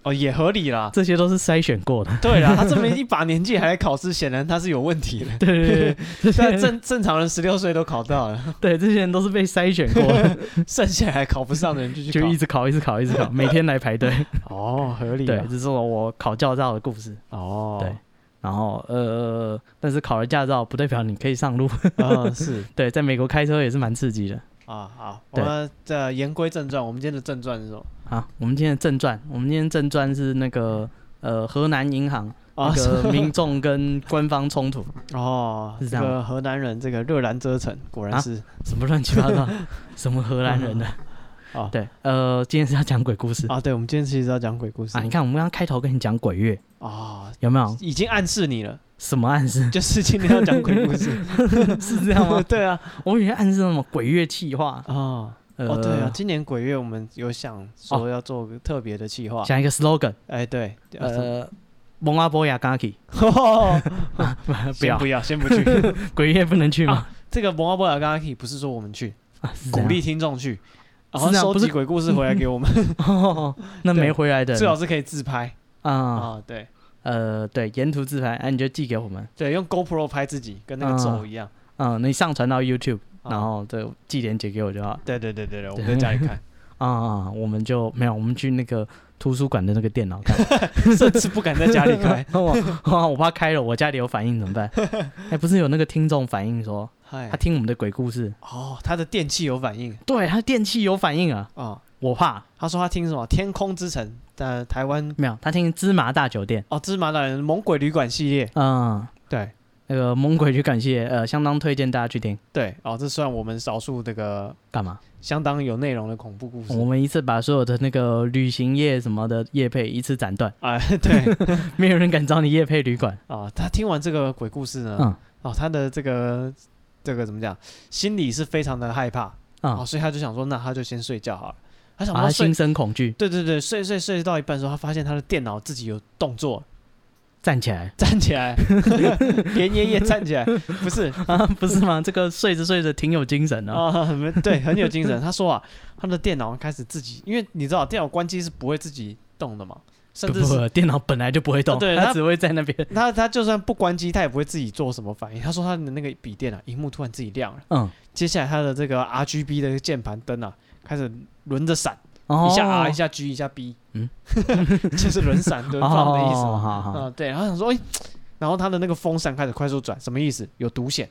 [SPEAKER 1] 哦，也合理啦。
[SPEAKER 2] 这些都是筛选过的。
[SPEAKER 1] 对啦，他这么一把年纪还来考试，显然他是有问题
[SPEAKER 2] [LAUGHS]
[SPEAKER 1] 的。
[SPEAKER 2] 对对对，这
[SPEAKER 1] 现在
[SPEAKER 2] 些
[SPEAKER 1] 正正常人十六岁都考到了， [LAUGHS]
[SPEAKER 2] 对这些人都是被筛选过的，
[SPEAKER 1] 剩下还考不上的人就去
[SPEAKER 2] 就
[SPEAKER 1] 考
[SPEAKER 2] 一直考，一直考，一直考，每天来排队。
[SPEAKER 1] [LAUGHS] 哦，合理
[SPEAKER 2] 对
[SPEAKER 1] 啊，
[SPEAKER 2] 这是我考驾照的故事。
[SPEAKER 1] 哦，
[SPEAKER 2] 对，然后呃，但是考了驾照不代表你可以上路。
[SPEAKER 1] [LAUGHS] 嗯，是
[SPEAKER 2] 对，在美国开车也是蛮刺激的。
[SPEAKER 1] 啊，好，我
[SPEAKER 2] 对
[SPEAKER 1] 们这言归正传，我们今天的正传是什么？
[SPEAKER 2] 好，我们今天的正传，我们今天正传是那个呃河南银行
[SPEAKER 1] 啊
[SPEAKER 2] 那个民众跟官方冲突，
[SPEAKER 1] 哦，
[SPEAKER 2] 是这
[SPEAKER 1] 这
[SPEAKER 2] 样
[SPEAKER 1] 个河南人这个热兰遮城，果然
[SPEAKER 2] 啊
[SPEAKER 1] 是
[SPEAKER 2] 什么乱七八糟，什么荷兰人的。
[SPEAKER 1] 哦
[SPEAKER 2] 对，呃，今天是要讲鬼故事啊
[SPEAKER 1] 啊，对，我们今天其实要讲鬼故事
[SPEAKER 2] 啊你看，我们刚刚开头跟你讲鬼月，
[SPEAKER 1] 哦，
[SPEAKER 2] 有没有
[SPEAKER 1] 已经暗示你了，
[SPEAKER 2] 什么暗示？
[SPEAKER 1] 就是今天要讲鬼故事，？
[SPEAKER 2] 是 [LAUGHS] 这样
[SPEAKER 1] [LAUGHS]
[SPEAKER 2] 吗
[SPEAKER 1] 对啊，
[SPEAKER 2] 我以为哦暗示什么鬼月气化。
[SPEAKER 1] 哦，
[SPEAKER 2] 呃哦
[SPEAKER 1] 哦，对啊，，今年鬼月我们有想说要做个特别的企划，
[SPEAKER 2] 讲一个 slogan，
[SPEAKER 1] 哎，对，呃，
[SPEAKER 2] 呃，蒙阿波亚嘎基，
[SPEAKER 1] [LAUGHS]
[SPEAKER 2] [LAUGHS] 不
[SPEAKER 1] 哦先
[SPEAKER 2] 要
[SPEAKER 1] 不要，先不
[SPEAKER 2] [LAUGHS]
[SPEAKER 1] 去。
[SPEAKER 2] 鬼月不能去吗？
[SPEAKER 1] 这个蒙阿波尔刚刚可以不是说我们去，
[SPEAKER 2] 啊是这
[SPEAKER 1] 鼓
[SPEAKER 2] 样
[SPEAKER 1] 励听众去，然后
[SPEAKER 2] 是这样
[SPEAKER 1] 收
[SPEAKER 2] 不是
[SPEAKER 1] 集鬼故事回来给我
[SPEAKER 2] [LAUGHS]
[SPEAKER 1] 们，
[SPEAKER 2] 哦， [LAUGHS] 那
[SPEAKER 1] 对
[SPEAKER 2] 没回来的
[SPEAKER 1] 最好是可以自拍
[SPEAKER 2] 啊，
[SPEAKER 1] 啊，对
[SPEAKER 2] 呃，对，沿途自拍，哎，你就寄给我们。
[SPEAKER 1] 对，用 GoPro 拍自己，跟那个走一样。
[SPEAKER 2] 嗯，你上传到 YouTube，、
[SPEAKER 1] 啊
[SPEAKER 2] 然后这寄链接给我就好。
[SPEAKER 1] 对对对对对，我们在家里
[SPEAKER 2] [LAUGHS]
[SPEAKER 1] 看，
[SPEAKER 2] 啊、啊我们就没有，我们去那个图书馆的那个电脑看。
[SPEAKER 1] 甚至不 [LAUGHS] 敢在家里
[SPEAKER 2] [LAUGHS]
[SPEAKER 1] 开。
[SPEAKER 2] 哇哇，我怕开了，我家里有反应怎
[SPEAKER 1] [LAUGHS]
[SPEAKER 2] 么办？哎、不是有那个听众反映说，
[SPEAKER 1] 嗨
[SPEAKER 2] 他，听我们的鬼故事，
[SPEAKER 1] 哦，他的电器有反应
[SPEAKER 2] 对他电器有反应啊，
[SPEAKER 1] 哦，
[SPEAKER 2] 我怕
[SPEAKER 1] 他说他听什么《天空之城》的台湾
[SPEAKER 2] 没有，他听芝麻大酒店，
[SPEAKER 1] 哦芝麻大人猛鬼旅馆系列，
[SPEAKER 2] 嗯，
[SPEAKER 1] 对
[SPEAKER 2] 那个猛鬼去感谢，呃，相当推荐大家去听。
[SPEAKER 1] 对，哦，这算我们少数这个
[SPEAKER 2] 干嘛？
[SPEAKER 1] 相当有内容的恐怖故事 [LAUGHS]
[SPEAKER 2] 我。们一次把所有的那个旅行业什么的业配一次斩断，
[SPEAKER 1] 哎，对
[SPEAKER 2] 没有人敢找你业配旅馆。
[SPEAKER 1] 啊，他听完这个鬼故事呢，
[SPEAKER 2] 嗯
[SPEAKER 1] 哦，他的这个这个怎么讲，心里是非常的害怕，
[SPEAKER 2] 嗯，
[SPEAKER 1] 哦，所以他就想说，那他就先睡觉好了。他想
[SPEAKER 2] 啊，
[SPEAKER 1] 说
[SPEAKER 2] 他
[SPEAKER 1] 睡，
[SPEAKER 2] 心生恐惧，
[SPEAKER 1] 对对对，睡睡睡到一半的时候，他发现他的电脑自己有动作，
[SPEAKER 2] 站
[SPEAKER 1] [LAUGHS]
[SPEAKER 2] 起来。
[SPEAKER 1] 站起
[SPEAKER 2] [LAUGHS]
[SPEAKER 1] 来，连爷爷站起来，不是
[SPEAKER 2] 啊，不是吗？这个睡着睡着挺有精神的、
[SPEAKER 1] 啊、很对，很有精神。他说啊，他的电脑开始自己，因为你知道电脑关机是不会自己动的嘛，甚
[SPEAKER 2] 不
[SPEAKER 1] 至是
[SPEAKER 2] 不，电脑本来就不会动，
[SPEAKER 1] 啊对
[SPEAKER 2] 它
[SPEAKER 1] 它
[SPEAKER 2] 只会在那边。
[SPEAKER 1] 他他就算不关机，他也不会自己做什么反应。他说他的那个笔电啊，荧幕突然自己亮了，
[SPEAKER 2] [LAUGHS] 嗯，
[SPEAKER 1] 接下来他的这个 RGB 的键盘灯啊，开始轮着闪。
[SPEAKER 2] 哦，
[SPEAKER 1] 一下 R 一下 G 一下 B，
[SPEAKER 2] 嗯
[SPEAKER 1] [LAUGHS] 就是轮闪轮
[SPEAKER 2] 哦，
[SPEAKER 1] 放的意思
[SPEAKER 2] 哦
[SPEAKER 1] 嘛。
[SPEAKER 2] 好
[SPEAKER 1] 啊、
[SPEAKER 2] 好
[SPEAKER 1] 对，然后想说，哎、然后他的那个风扇开始快速转，什么意思？有独显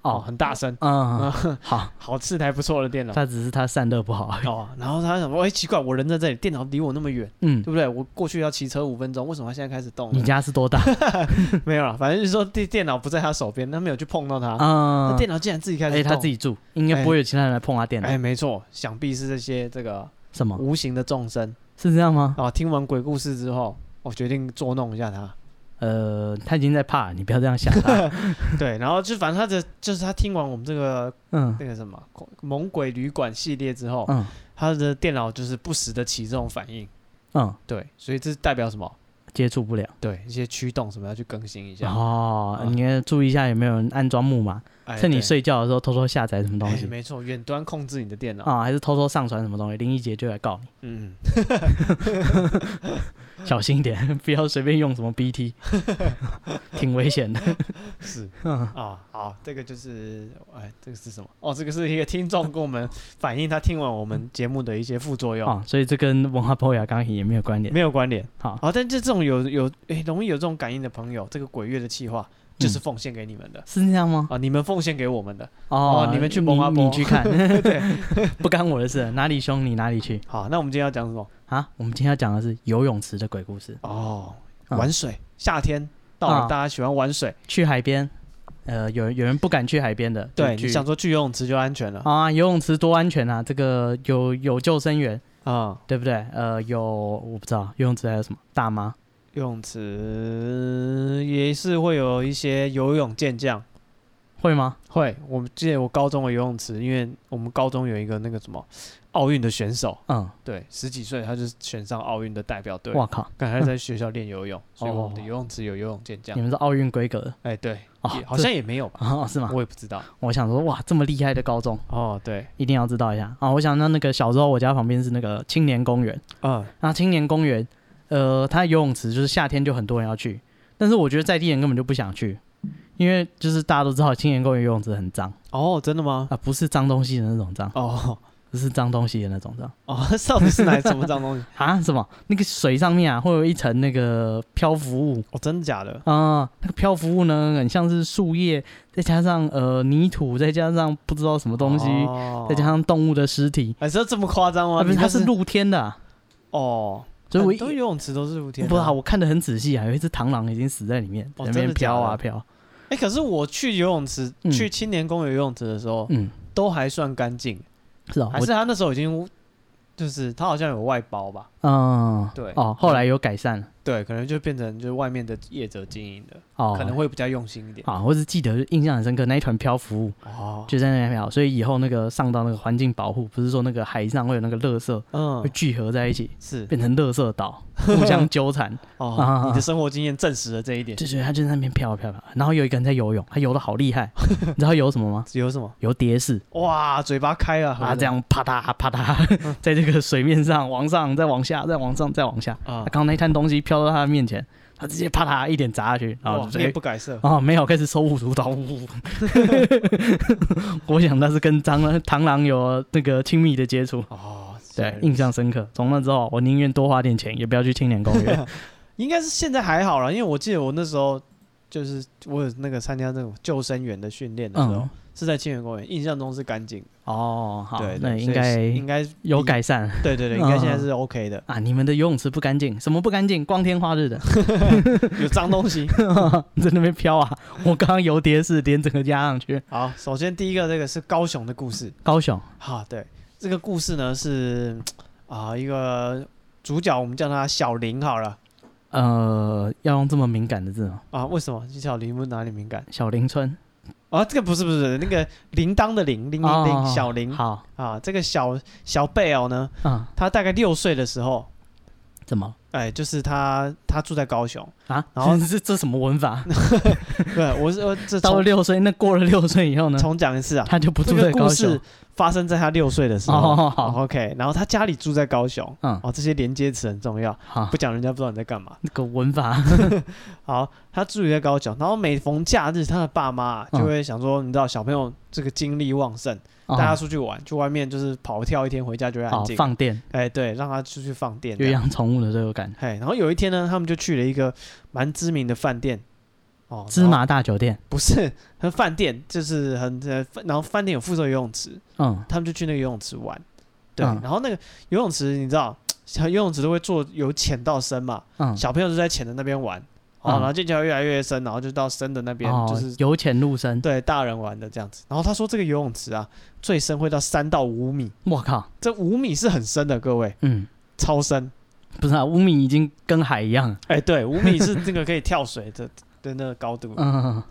[SPEAKER 1] 哦，
[SPEAKER 2] 哦，
[SPEAKER 1] 很大声，
[SPEAKER 2] 嗯，
[SPEAKER 1] 啊，
[SPEAKER 2] 好，
[SPEAKER 1] 好吃台不错的电脑
[SPEAKER 2] 他只是他散热不好而已。
[SPEAKER 1] 哦。然后他想说，哎、奇怪，我人在这里，电脑离我那么远，
[SPEAKER 2] 嗯
[SPEAKER 1] 对，啊不对？我过去要骑车五分钟，为什么他现在开始动
[SPEAKER 2] 你
[SPEAKER 1] 了？
[SPEAKER 2] 家是多大？
[SPEAKER 1] [LAUGHS] 没有了，反正就是说电电脑不在他手边，他没有去碰到它，那
[SPEAKER 2] 嗯，
[SPEAKER 1] 电脑竟然自己开
[SPEAKER 2] 而
[SPEAKER 1] 始
[SPEAKER 2] 且
[SPEAKER 1] 动。
[SPEAKER 2] 他自己住，应该不会有其他人来碰他电脑
[SPEAKER 1] 哎、。没错，想必是这些这个
[SPEAKER 2] 什么？
[SPEAKER 1] 无形的众生哦
[SPEAKER 2] 是这样吗？
[SPEAKER 1] 啊，听完鬼故事之后，我决定捉弄一下他。
[SPEAKER 2] 呃，他已经在怕了，你不要这样想啊他。
[SPEAKER 1] [LAUGHS] 对，然后就反正他的就是他听完我们这个
[SPEAKER 2] 嗯
[SPEAKER 1] 那个什么《猛鬼旅馆》系列之后，
[SPEAKER 2] 嗯
[SPEAKER 1] 他的电脑就是不时的起这种反应。
[SPEAKER 2] 嗯，
[SPEAKER 1] 对，所以这代表什么？
[SPEAKER 2] 接触不了。
[SPEAKER 1] 对，一些驱动什么要去更新一下。
[SPEAKER 2] 哦，
[SPEAKER 1] 嗯
[SPEAKER 2] 你要注意一下有没有人安装木马，
[SPEAKER 1] 哎
[SPEAKER 2] 趁你
[SPEAKER 1] 对
[SPEAKER 2] 睡觉的时候偷偷下载什么东
[SPEAKER 1] 哎
[SPEAKER 2] 西
[SPEAKER 1] 没错，远端控制你的电脑。
[SPEAKER 2] 啊，还是偷偷上传什么东西，林一杰就
[SPEAKER 1] [LAUGHS]
[SPEAKER 2] 来告你，
[SPEAKER 1] 嗯，
[SPEAKER 2] 小心一点， [LAUGHS] 不要随便用什么 BT，挺危险的。
[SPEAKER 1] 是
[SPEAKER 2] [LAUGHS] 嗯
[SPEAKER 1] 啊，好，这个就是哎，这个是什么？哦，这个是一个听众跟我
[SPEAKER 2] [LAUGHS]
[SPEAKER 1] 们反映他听完我们节目的一些副作用，
[SPEAKER 2] 啊，所以这跟文化博雅钢琴也没有关联。
[SPEAKER 1] 没有关联。
[SPEAKER 2] 好，
[SPEAKER 1] 好，但这这种有有哎容易有这种感应的朋友，这个鬼月的计划
[SPEAKER 2] 嗯
[SPEAKER 1] 就是奉献给你们的。
[SPEAKER 2] 是这样吗？
[SPEAKER 1] 啊！你们奉献给我们的，
[SPEAKER 2] 哦
[SPEAKER 1] 哦，你们去蒙
[SPEAKER 2] 你
[SPEAKER 1] 阿波
[SPEAKER 2] 你
[SPEAKER 1] [LAUGHS]
[SPEAKER 2] 去看， [LAUGHS] 不干我的事，哪里凶你哪里去
[SPEAKER 1] 好，那我们今天要讲什么？
[SPEAKER 2] 啊！我们今天要讲的是游泳池的鬼故事，
[SPEAKER 1] 哦，
[SPEAKER 2] 啊
[SPEAKER 1] 玩水，夏天到了，
[SPEAKER 2] 啊
[SPEAKER 1] 大家喜欢玩水，
[SPEAKER 2] 去海边，呃，有人有人不敢去海边的，就
[SPEAKER 1] 对，
[SPEAKER 2] 去
[SPEAKER 1] 你想说去游泳池就安全了
[SPEAKER 2] 啊，游泳池多安全啊！这个有有救生员，
[SPEAKER 1] 啊？
[SPEAKER 2] 对不对？呃，有我不知道游泳池还有什么大妈
[SPEAKER 1] 游泳池也是会有一些游泳健将，
[SPEAKER 2] 会吗？
[SPEAKER 1] 会。我们记得我高中的游泳池，因为我们高中有一个那个什么奥运的选手，
[SPEAKER 2] 嗯，
[SPEAKER 1] 对，十几岁他就选上奥运的代表队，
[SPEAKER 2] 哇靠，
[SPEAKER 1] 刚才在学校练游泳，所以我们的
[SPEAKER 2] 哦
[SPEAKER 1] 游泳池有游泳健将
[SPEAKER 2] 你。们是奥运规格的
[SPEAKER 1] 哎，对，
[SPEAKER 2] 哦
[SPEAKER 1] 也好
[SPEAKER 2] 这
[SPEAKER 1] 像也没有吧，
[SPEAKER 2] 啊？是吗？
[SPEAKER 1] 我也不知道。
[SPEAKER 2] 我想说，哇，这么厉害的高中，
[SPEAKER 1] 哦，对，
[SPEAKER 2] 一定要知道一下啊！我想到那个小时候，我家旁边是那个青年公园，
[SPEAKER 1] 嗯，
[SPEAKER 2] 那青年公园，呃，它游泳池就是夏天就很多人要去，但是我觉得在地人根本就不想去，因为就是大家都知道青年公园游泳池很脏
[SPEAKER 1] 哦，真的吗？
[SPEAKER 2] 啊，不是脏东西的那种脏，
[SPEAKER 1] 哦
[SPEAKER 2] 不是脏东西的那种脏
[SPEAKER 1] 哦，到底是哪什么脏东西？
[SPEAKER 2] 啊，什么那个水上面啊会有一层那个漂浮物。
[SPEAKER 1] 哦，真的假的？
[SPEAKER 2] 啊、那个漂浮物呢，很像是树叶，再加上呃泥土，再加上不知道什么东西，
[SPEAKER 1] 哦
[SPEAKER 2] 再加上动物的尸体，
[SPEAKER 1] 哎，这这么夸张吗？
[SPEAKER 2] 啊，不
[SPEAKER 1] 你
[SPEAKER 2] 是，它
[SPEAKER 1] 那
[SPEAKER 2] 是露天的啊、
[SPEAKER 1] 哦，
[SPEAKER 2] 所以我
[SPEAKER 1] 很
[SPEAKER 2] 一
[SPEAKER 1] 多游泳池都是露天的。
[SPEAKER 2] 我不知道，我看得很仔细啊，有一只螳螂已经死在里面，
[SPEAKER 1] 哦
[SPEAKER 2] 在那边
[SPEAKER 1] 真的假
[SPEAKER 2] 飘
[SPEAKER 1] 的
[SPEAKER 2] 啊飘，
[SPEAKER 1] 哎、可是我去游泳池，
[SPEAKER 2] 嗯
[SPEAKER 1] 去青年公园游泳池的时候，
[SPEAKER 2] 嗯，
[SPEAKER 1] 都还算干净，
[SPEAKER 2] 是啊、
[SPEAKER 1] 还
[SPEAKER 2] 我
[SPEAKER 1] 是他那时候已经，就是他好像有外包吧？
[SPEAKER 2] 嗯，
[SPEAKER 1] 对
[SPEAKER 2] 哦，后来有改善了，
[SPEAKER 1] 对，可能就变成就是外面的业者经营的，
[SPEAKER 2] 哦，
[SPEAKER 1] 可能会比较用心一点。
[SPEAKER 2] 啊，我只记得印象很深刻那一团漂浮物
[SPEAKER 1] 哦，
[SPEAKER 2] 就在那边飘，所以以后那个上到那个环境保护，不是说那个海上会有那个垃圾
[SPEAKER 1] 嗯
[SPEAKER 2] 会，聚合在一起，
[SPEAKER 1] 是
[SPEAKER 2] 变成垃圾岛，互相
[SPEAKER 1] [LAUGHS]
[SPEAKER 2] 纠缠，
[SPEAKER 1] 哦
[SPEAKER 2] 啊，
[SPEAKER 1] 你的生活经验证实了这一点。
[SPEAKER 2] 就是他就在那边飘啊飘啊飘啊，然后有一个人在游泳，他游的好厉害， [LAUGHS] 你知道他游什么吗？
[SPEAKER 1] 有什么？
[SPEAKER 2] 游蝶式，
[SPEAKER 1] 哇，嘴巴开了，
[SPEAKER 2] 啊，这样啪嗒啪
[SPEAKER 1] 嗯
[SPEAKER 2] 嗒， [LAUGHS] 在这个水面上往上，再往下，再往上，再往下。
[SPEAKER 1] 啊
[SPEAKER 2] 他，刚刚那一滩东西飘到他的面前，他直接啪嗒一点砸下去，然后
[SPEAKER 1] 哇
[SPEAKER 2] 啊就，直接
[SPEAKER 1] 面不改色。
[SPEAKER 2] 哦，没有，开始手舞足蹈。呜 [LAUGHS] 我想那是跟蟑螂、 [LAUGHS] 螳螂有那个亲密的接触，
[SPEAKER 1] 哦，是
[SPEAKER 2] 对，印象深刻。从那之后，我宁愿多花点钱，也不要去青年公
[SPEAKER 1] [LAUGHS]
[SPEAKER 2] 园。
[SPEAKER 1] 应该是现在还好了，因为我记得我那时候就是我有那个参加那种救生员的训练的时候，
[SPEAKER 2] 嗯，
[SPEAKER 1] 是在清源公园，印象中是干净的。
[SPEAKER 2] 哦，好
[SPEAKER 1] 对，，
[SPEAKER 2] 那
[SPEAKER 1] 对
[SPEAKER 2] 应
[SPEAKER 1] 所以是
[SPEAKER 2] 该
[SPEAKER 1] 应该
[SPEAKER 2] 有。改善
[SPEAKER 1] 对对对，
[SPEAKER 2] 嗯，
[SPEAKER 1] 应该现在是 OK 的
[SPEAKER 2] 啊。你们的游泳池不干净，什么不干净？光天化日的， [LAUGHS] 嗯
[SPEAKER 1] 有脏东西。
[SPEAKER 2] 在那边飘啊！我刚刚游蝶式，连整个压上去。
[SPEAKER 1] 好，首先第一个这个是高雄的故事。
[SPEAKER 2] 高雄，
[SPEAKER 1] 哈、对，这个故事呢是啊、一个主角，我们叫他小林好了。
[SPEAKER 2] 呃，要用这么敏感的字吗？哦
[SPEAKER 1] 啊，为什么小林不哪里敏感？
[SPEAKER 2] 小林村，
[SPEAKER 1] 啊，这个不是不是那个铃铛的铃，铃铃铃，
[SPEAKER 2] 哦
[SPEAKER 1] 小林
[SPEAKER 2] 好，
[SPEAKER 1] 啊，这个小小贝尔呢，
[SPEAKER 2] 嗯，
[SPEAKER 1] 他大概六岁的时候，
[SPEAKER 2] 怎么
[SPEAKER 1] 哎，就是他他住在高
[SPEAKER 2] [LAUGHS]
[SPEAKER 1] 雄，
[SPEAKER 2] 啊？
[SPEAKER 1] 然后
[SPEAKER 2] 这这这什么文
[SPEAKER 1] [LAUGHS]
[SPEAKER 2] 法？
[SPEAKER 1] 对我是我这
[SPEAKER 2] 到了
[SPEAKER 1] 重
[SPEAKER 2] 六岁，那过了六岁以后呢？
[SPEAKER 1] 重讲一次啊，
[SPEAKER 2] 他就不
[SPEAKER 1] 这
[SPEAKER 2] 住
[SPEAKER 1] 个
[SPEAKER 2] 在
[SPEAKER 1] 故
[SPEAKER 2] 高
[SPEAKER 1] 事
[SPEAKER 2] 雄。
[SPEAKER 1] 发生在他六岁的时候。
[SPEAKER 2] 哦，好，
[SPEAKER 1] OK，然后他家里住在高雄，
[SPEAKER 2] 嗯，
[SPEAKER 1] 哦，这些连接词很重要，
[SPEAKER 2] 好
[SPEAKER 1] 不，讲人家不知道你在干嘛。
[SPEAKER 2] 那个文法，
[SPEAKER 1] 好，他住在高雄，然后每逢假日，他的爸妈啊就
[SPEAKER 2] 嗯
[SPEAKER 1] 会想说，你知道小朋友这个精力旺盛，
[SPEAKER 2] 哦
[SPEAKER 1] 带他出去玩，去外面就是跑跳一天，回家就会安
[SPEAKER 2] 哦
[SPEAKER 1] 静。
[SPEAKER 2] 放电，
[SPEAKER 1] 哎，对，让他出去放电这
[SPEAKER 2] 有
[SPEAKER 1] 样。
[SPEAKER 2] 养宠物的这个感觉。
[SPEAKER 1] 哎，然后有一天呢，他们就去了一个蛮知名的饭店，哦，
[SPEAKER 2] 芝
[SPEAKER 1] 然后
[SPEAKER 2] 麻大酒店，
[SPEAKER 1] 不是，很饭店就是很呃，然后饭店有附设游泳池，
[SPEAKER 2] 嗯，
[SPEAKER 1] 他们就去那个游泳池玩，对，
[SPEAKER 2] 嗯
[SPEAKER 1] 然后那个游泳池你知道，小游泳池都会做由浅到深嘛，
[SPEAKER 2] 嗯，
[SPEAKER 1] 小朋友就在浅的那边玩，哦，
[SPEAKER 2] 嗯
[SPEAKER 1] 然后进桥越来越深，然后就到深的那边，就
[SPEAKER 2] 哦
[SPEAKER 1] 是，
[SPEAKER 2] 由浅入深，
[SPEAKER 1] 对大人玩的这样子。然后他说这个游泳池啊，最深会到三到五米，
[SPEAKER 2] 我靠，
[SPEAKER 1] 这五米是很深的，各位
[SPEAKER 2] 嗯，
[SPEAKER 1] 超深，
[SPEAKER 2] 不是啊，五米已经跟海一样。
[SPEAKER 1] 哎、对，五米是那个可以跳水 [LAUGHS] 的的那个高度，
[SPEAKER 2] 嗯，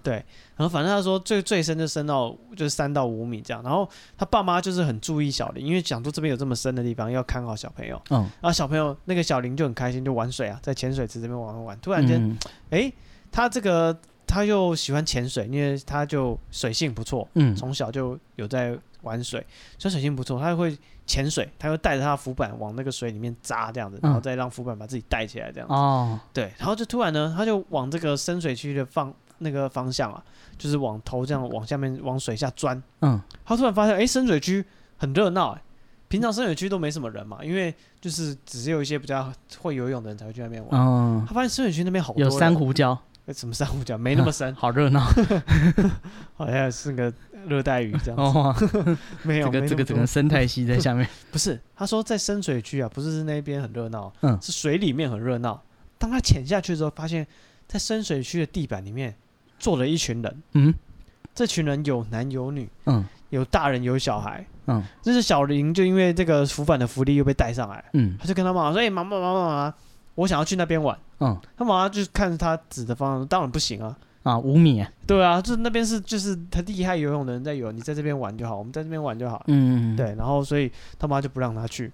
[SPEAKER 1] 然后反正他说最最深就深到就是三到五米这样，然后他爸妈就是很注意小林，因为想说这边有这么深的地方要看好小朋友，
[SPEAKER 2] 哦，
[SPEAKER 1] 然后小朋友那个小林就很开心，就玩水啊，在潜水池这边玩玩玩，突
[SPEAKER 2] 突
[SPEAKER 1] 然间，哎、他这个他又喜欢潜水，因为他就水性不错，
[SPEAKER 2] 嗯，
[SPEAKER 1] 从小就有在玩水，所以水性不错，他会潜水，他会带着他的浮板往那个水里面扎这样子，然后
[SPEAKER 2] 嗯
[SPEAKER 1] 再让浮板把自己带起来这样子。
[SPEAKER 2] 哦，
[SPEAKER 1] 对，然后就突然呢，他就往这个深水区的方那个方向啊，就是往头这样往下面往水下钻。
[SPEAKER 2] 嗯，
[SPEAKER 1] 他突然发现，哎，深水区很热闹、诶平常深水区都没什么人嘛，因为就是只有一些比较会游泳的人才会去那边玩。
[SPEAKER 2] 嗯，
[SPEAKER 1] 他发现深水区那边好多
[SPEAKER 2] 有
[SPEAKER 1] 人，
[SPEAKER 2] 珊
[SPEAKER 1] 啊
[SPEAKER 2] 瑚礁，
[SPEAKER 1] 诶哎什么珊瑚礁没
[SPEAKER 2] [LAUGHS]
[SPEAKER 1] 那么深，
[SPEAKER 2] 好
[SPEAKER 1] [LAUGHS]
[SPEAKER 2] 热闹
[SPEAKER 1] 好像是个热带鱼这样子，
[SPEAKER 2] 哦。
[SPEAKER 1] 没
[SPEAKER 2] 这
[SPEAKER 1] 有
[SPEAKER 2] 个这个整
[SPEAKER 1] 整
[SPEAKER 2] 个生态系在下
[SPEAKER 1] [LAUGHS]
[SPEAKER 2] 面，
[SPEAKER 1] 不是，他说在深水区啊，不是那边很热闹，
[SPEAKER 2] 嗯
[SPEAKER 1] 是水里面很热闹。当他潜下去之后，发现，在深水区的地板里面坐了一群人，
[SPEAKER 2] 嗯
[SPEAKER 1] 这群人有男有女，
[SPEAKER 2] 嗯
[SPEAKER 1] 有大人有小孩。
[SPEAKER 2] 嗯
[SPEAKER 1] 这是小林就因为这个浮板的浮力又被带上来，
[SPEAKER 2] 嗯
[SPEAKER 1] 他就跟他妈妈说：“哎、妈妈妈妈妈妈，我想要去那边玩。
[SPEAKER 2] 嗯”
[SPEAKER 1] 他妈妈就看着他指的方向，当然不行啊。
[SPEAKER 2] 啊，五米，
[SPEAKER 1] 对啊，就是那边是就是他厉害游泳的人在游，你在这边玩就好，我们在这边玩就好。
[SPEAKER 2] 嗯，
[SPEAKER 1] 对，然后所以他妈就不让他去。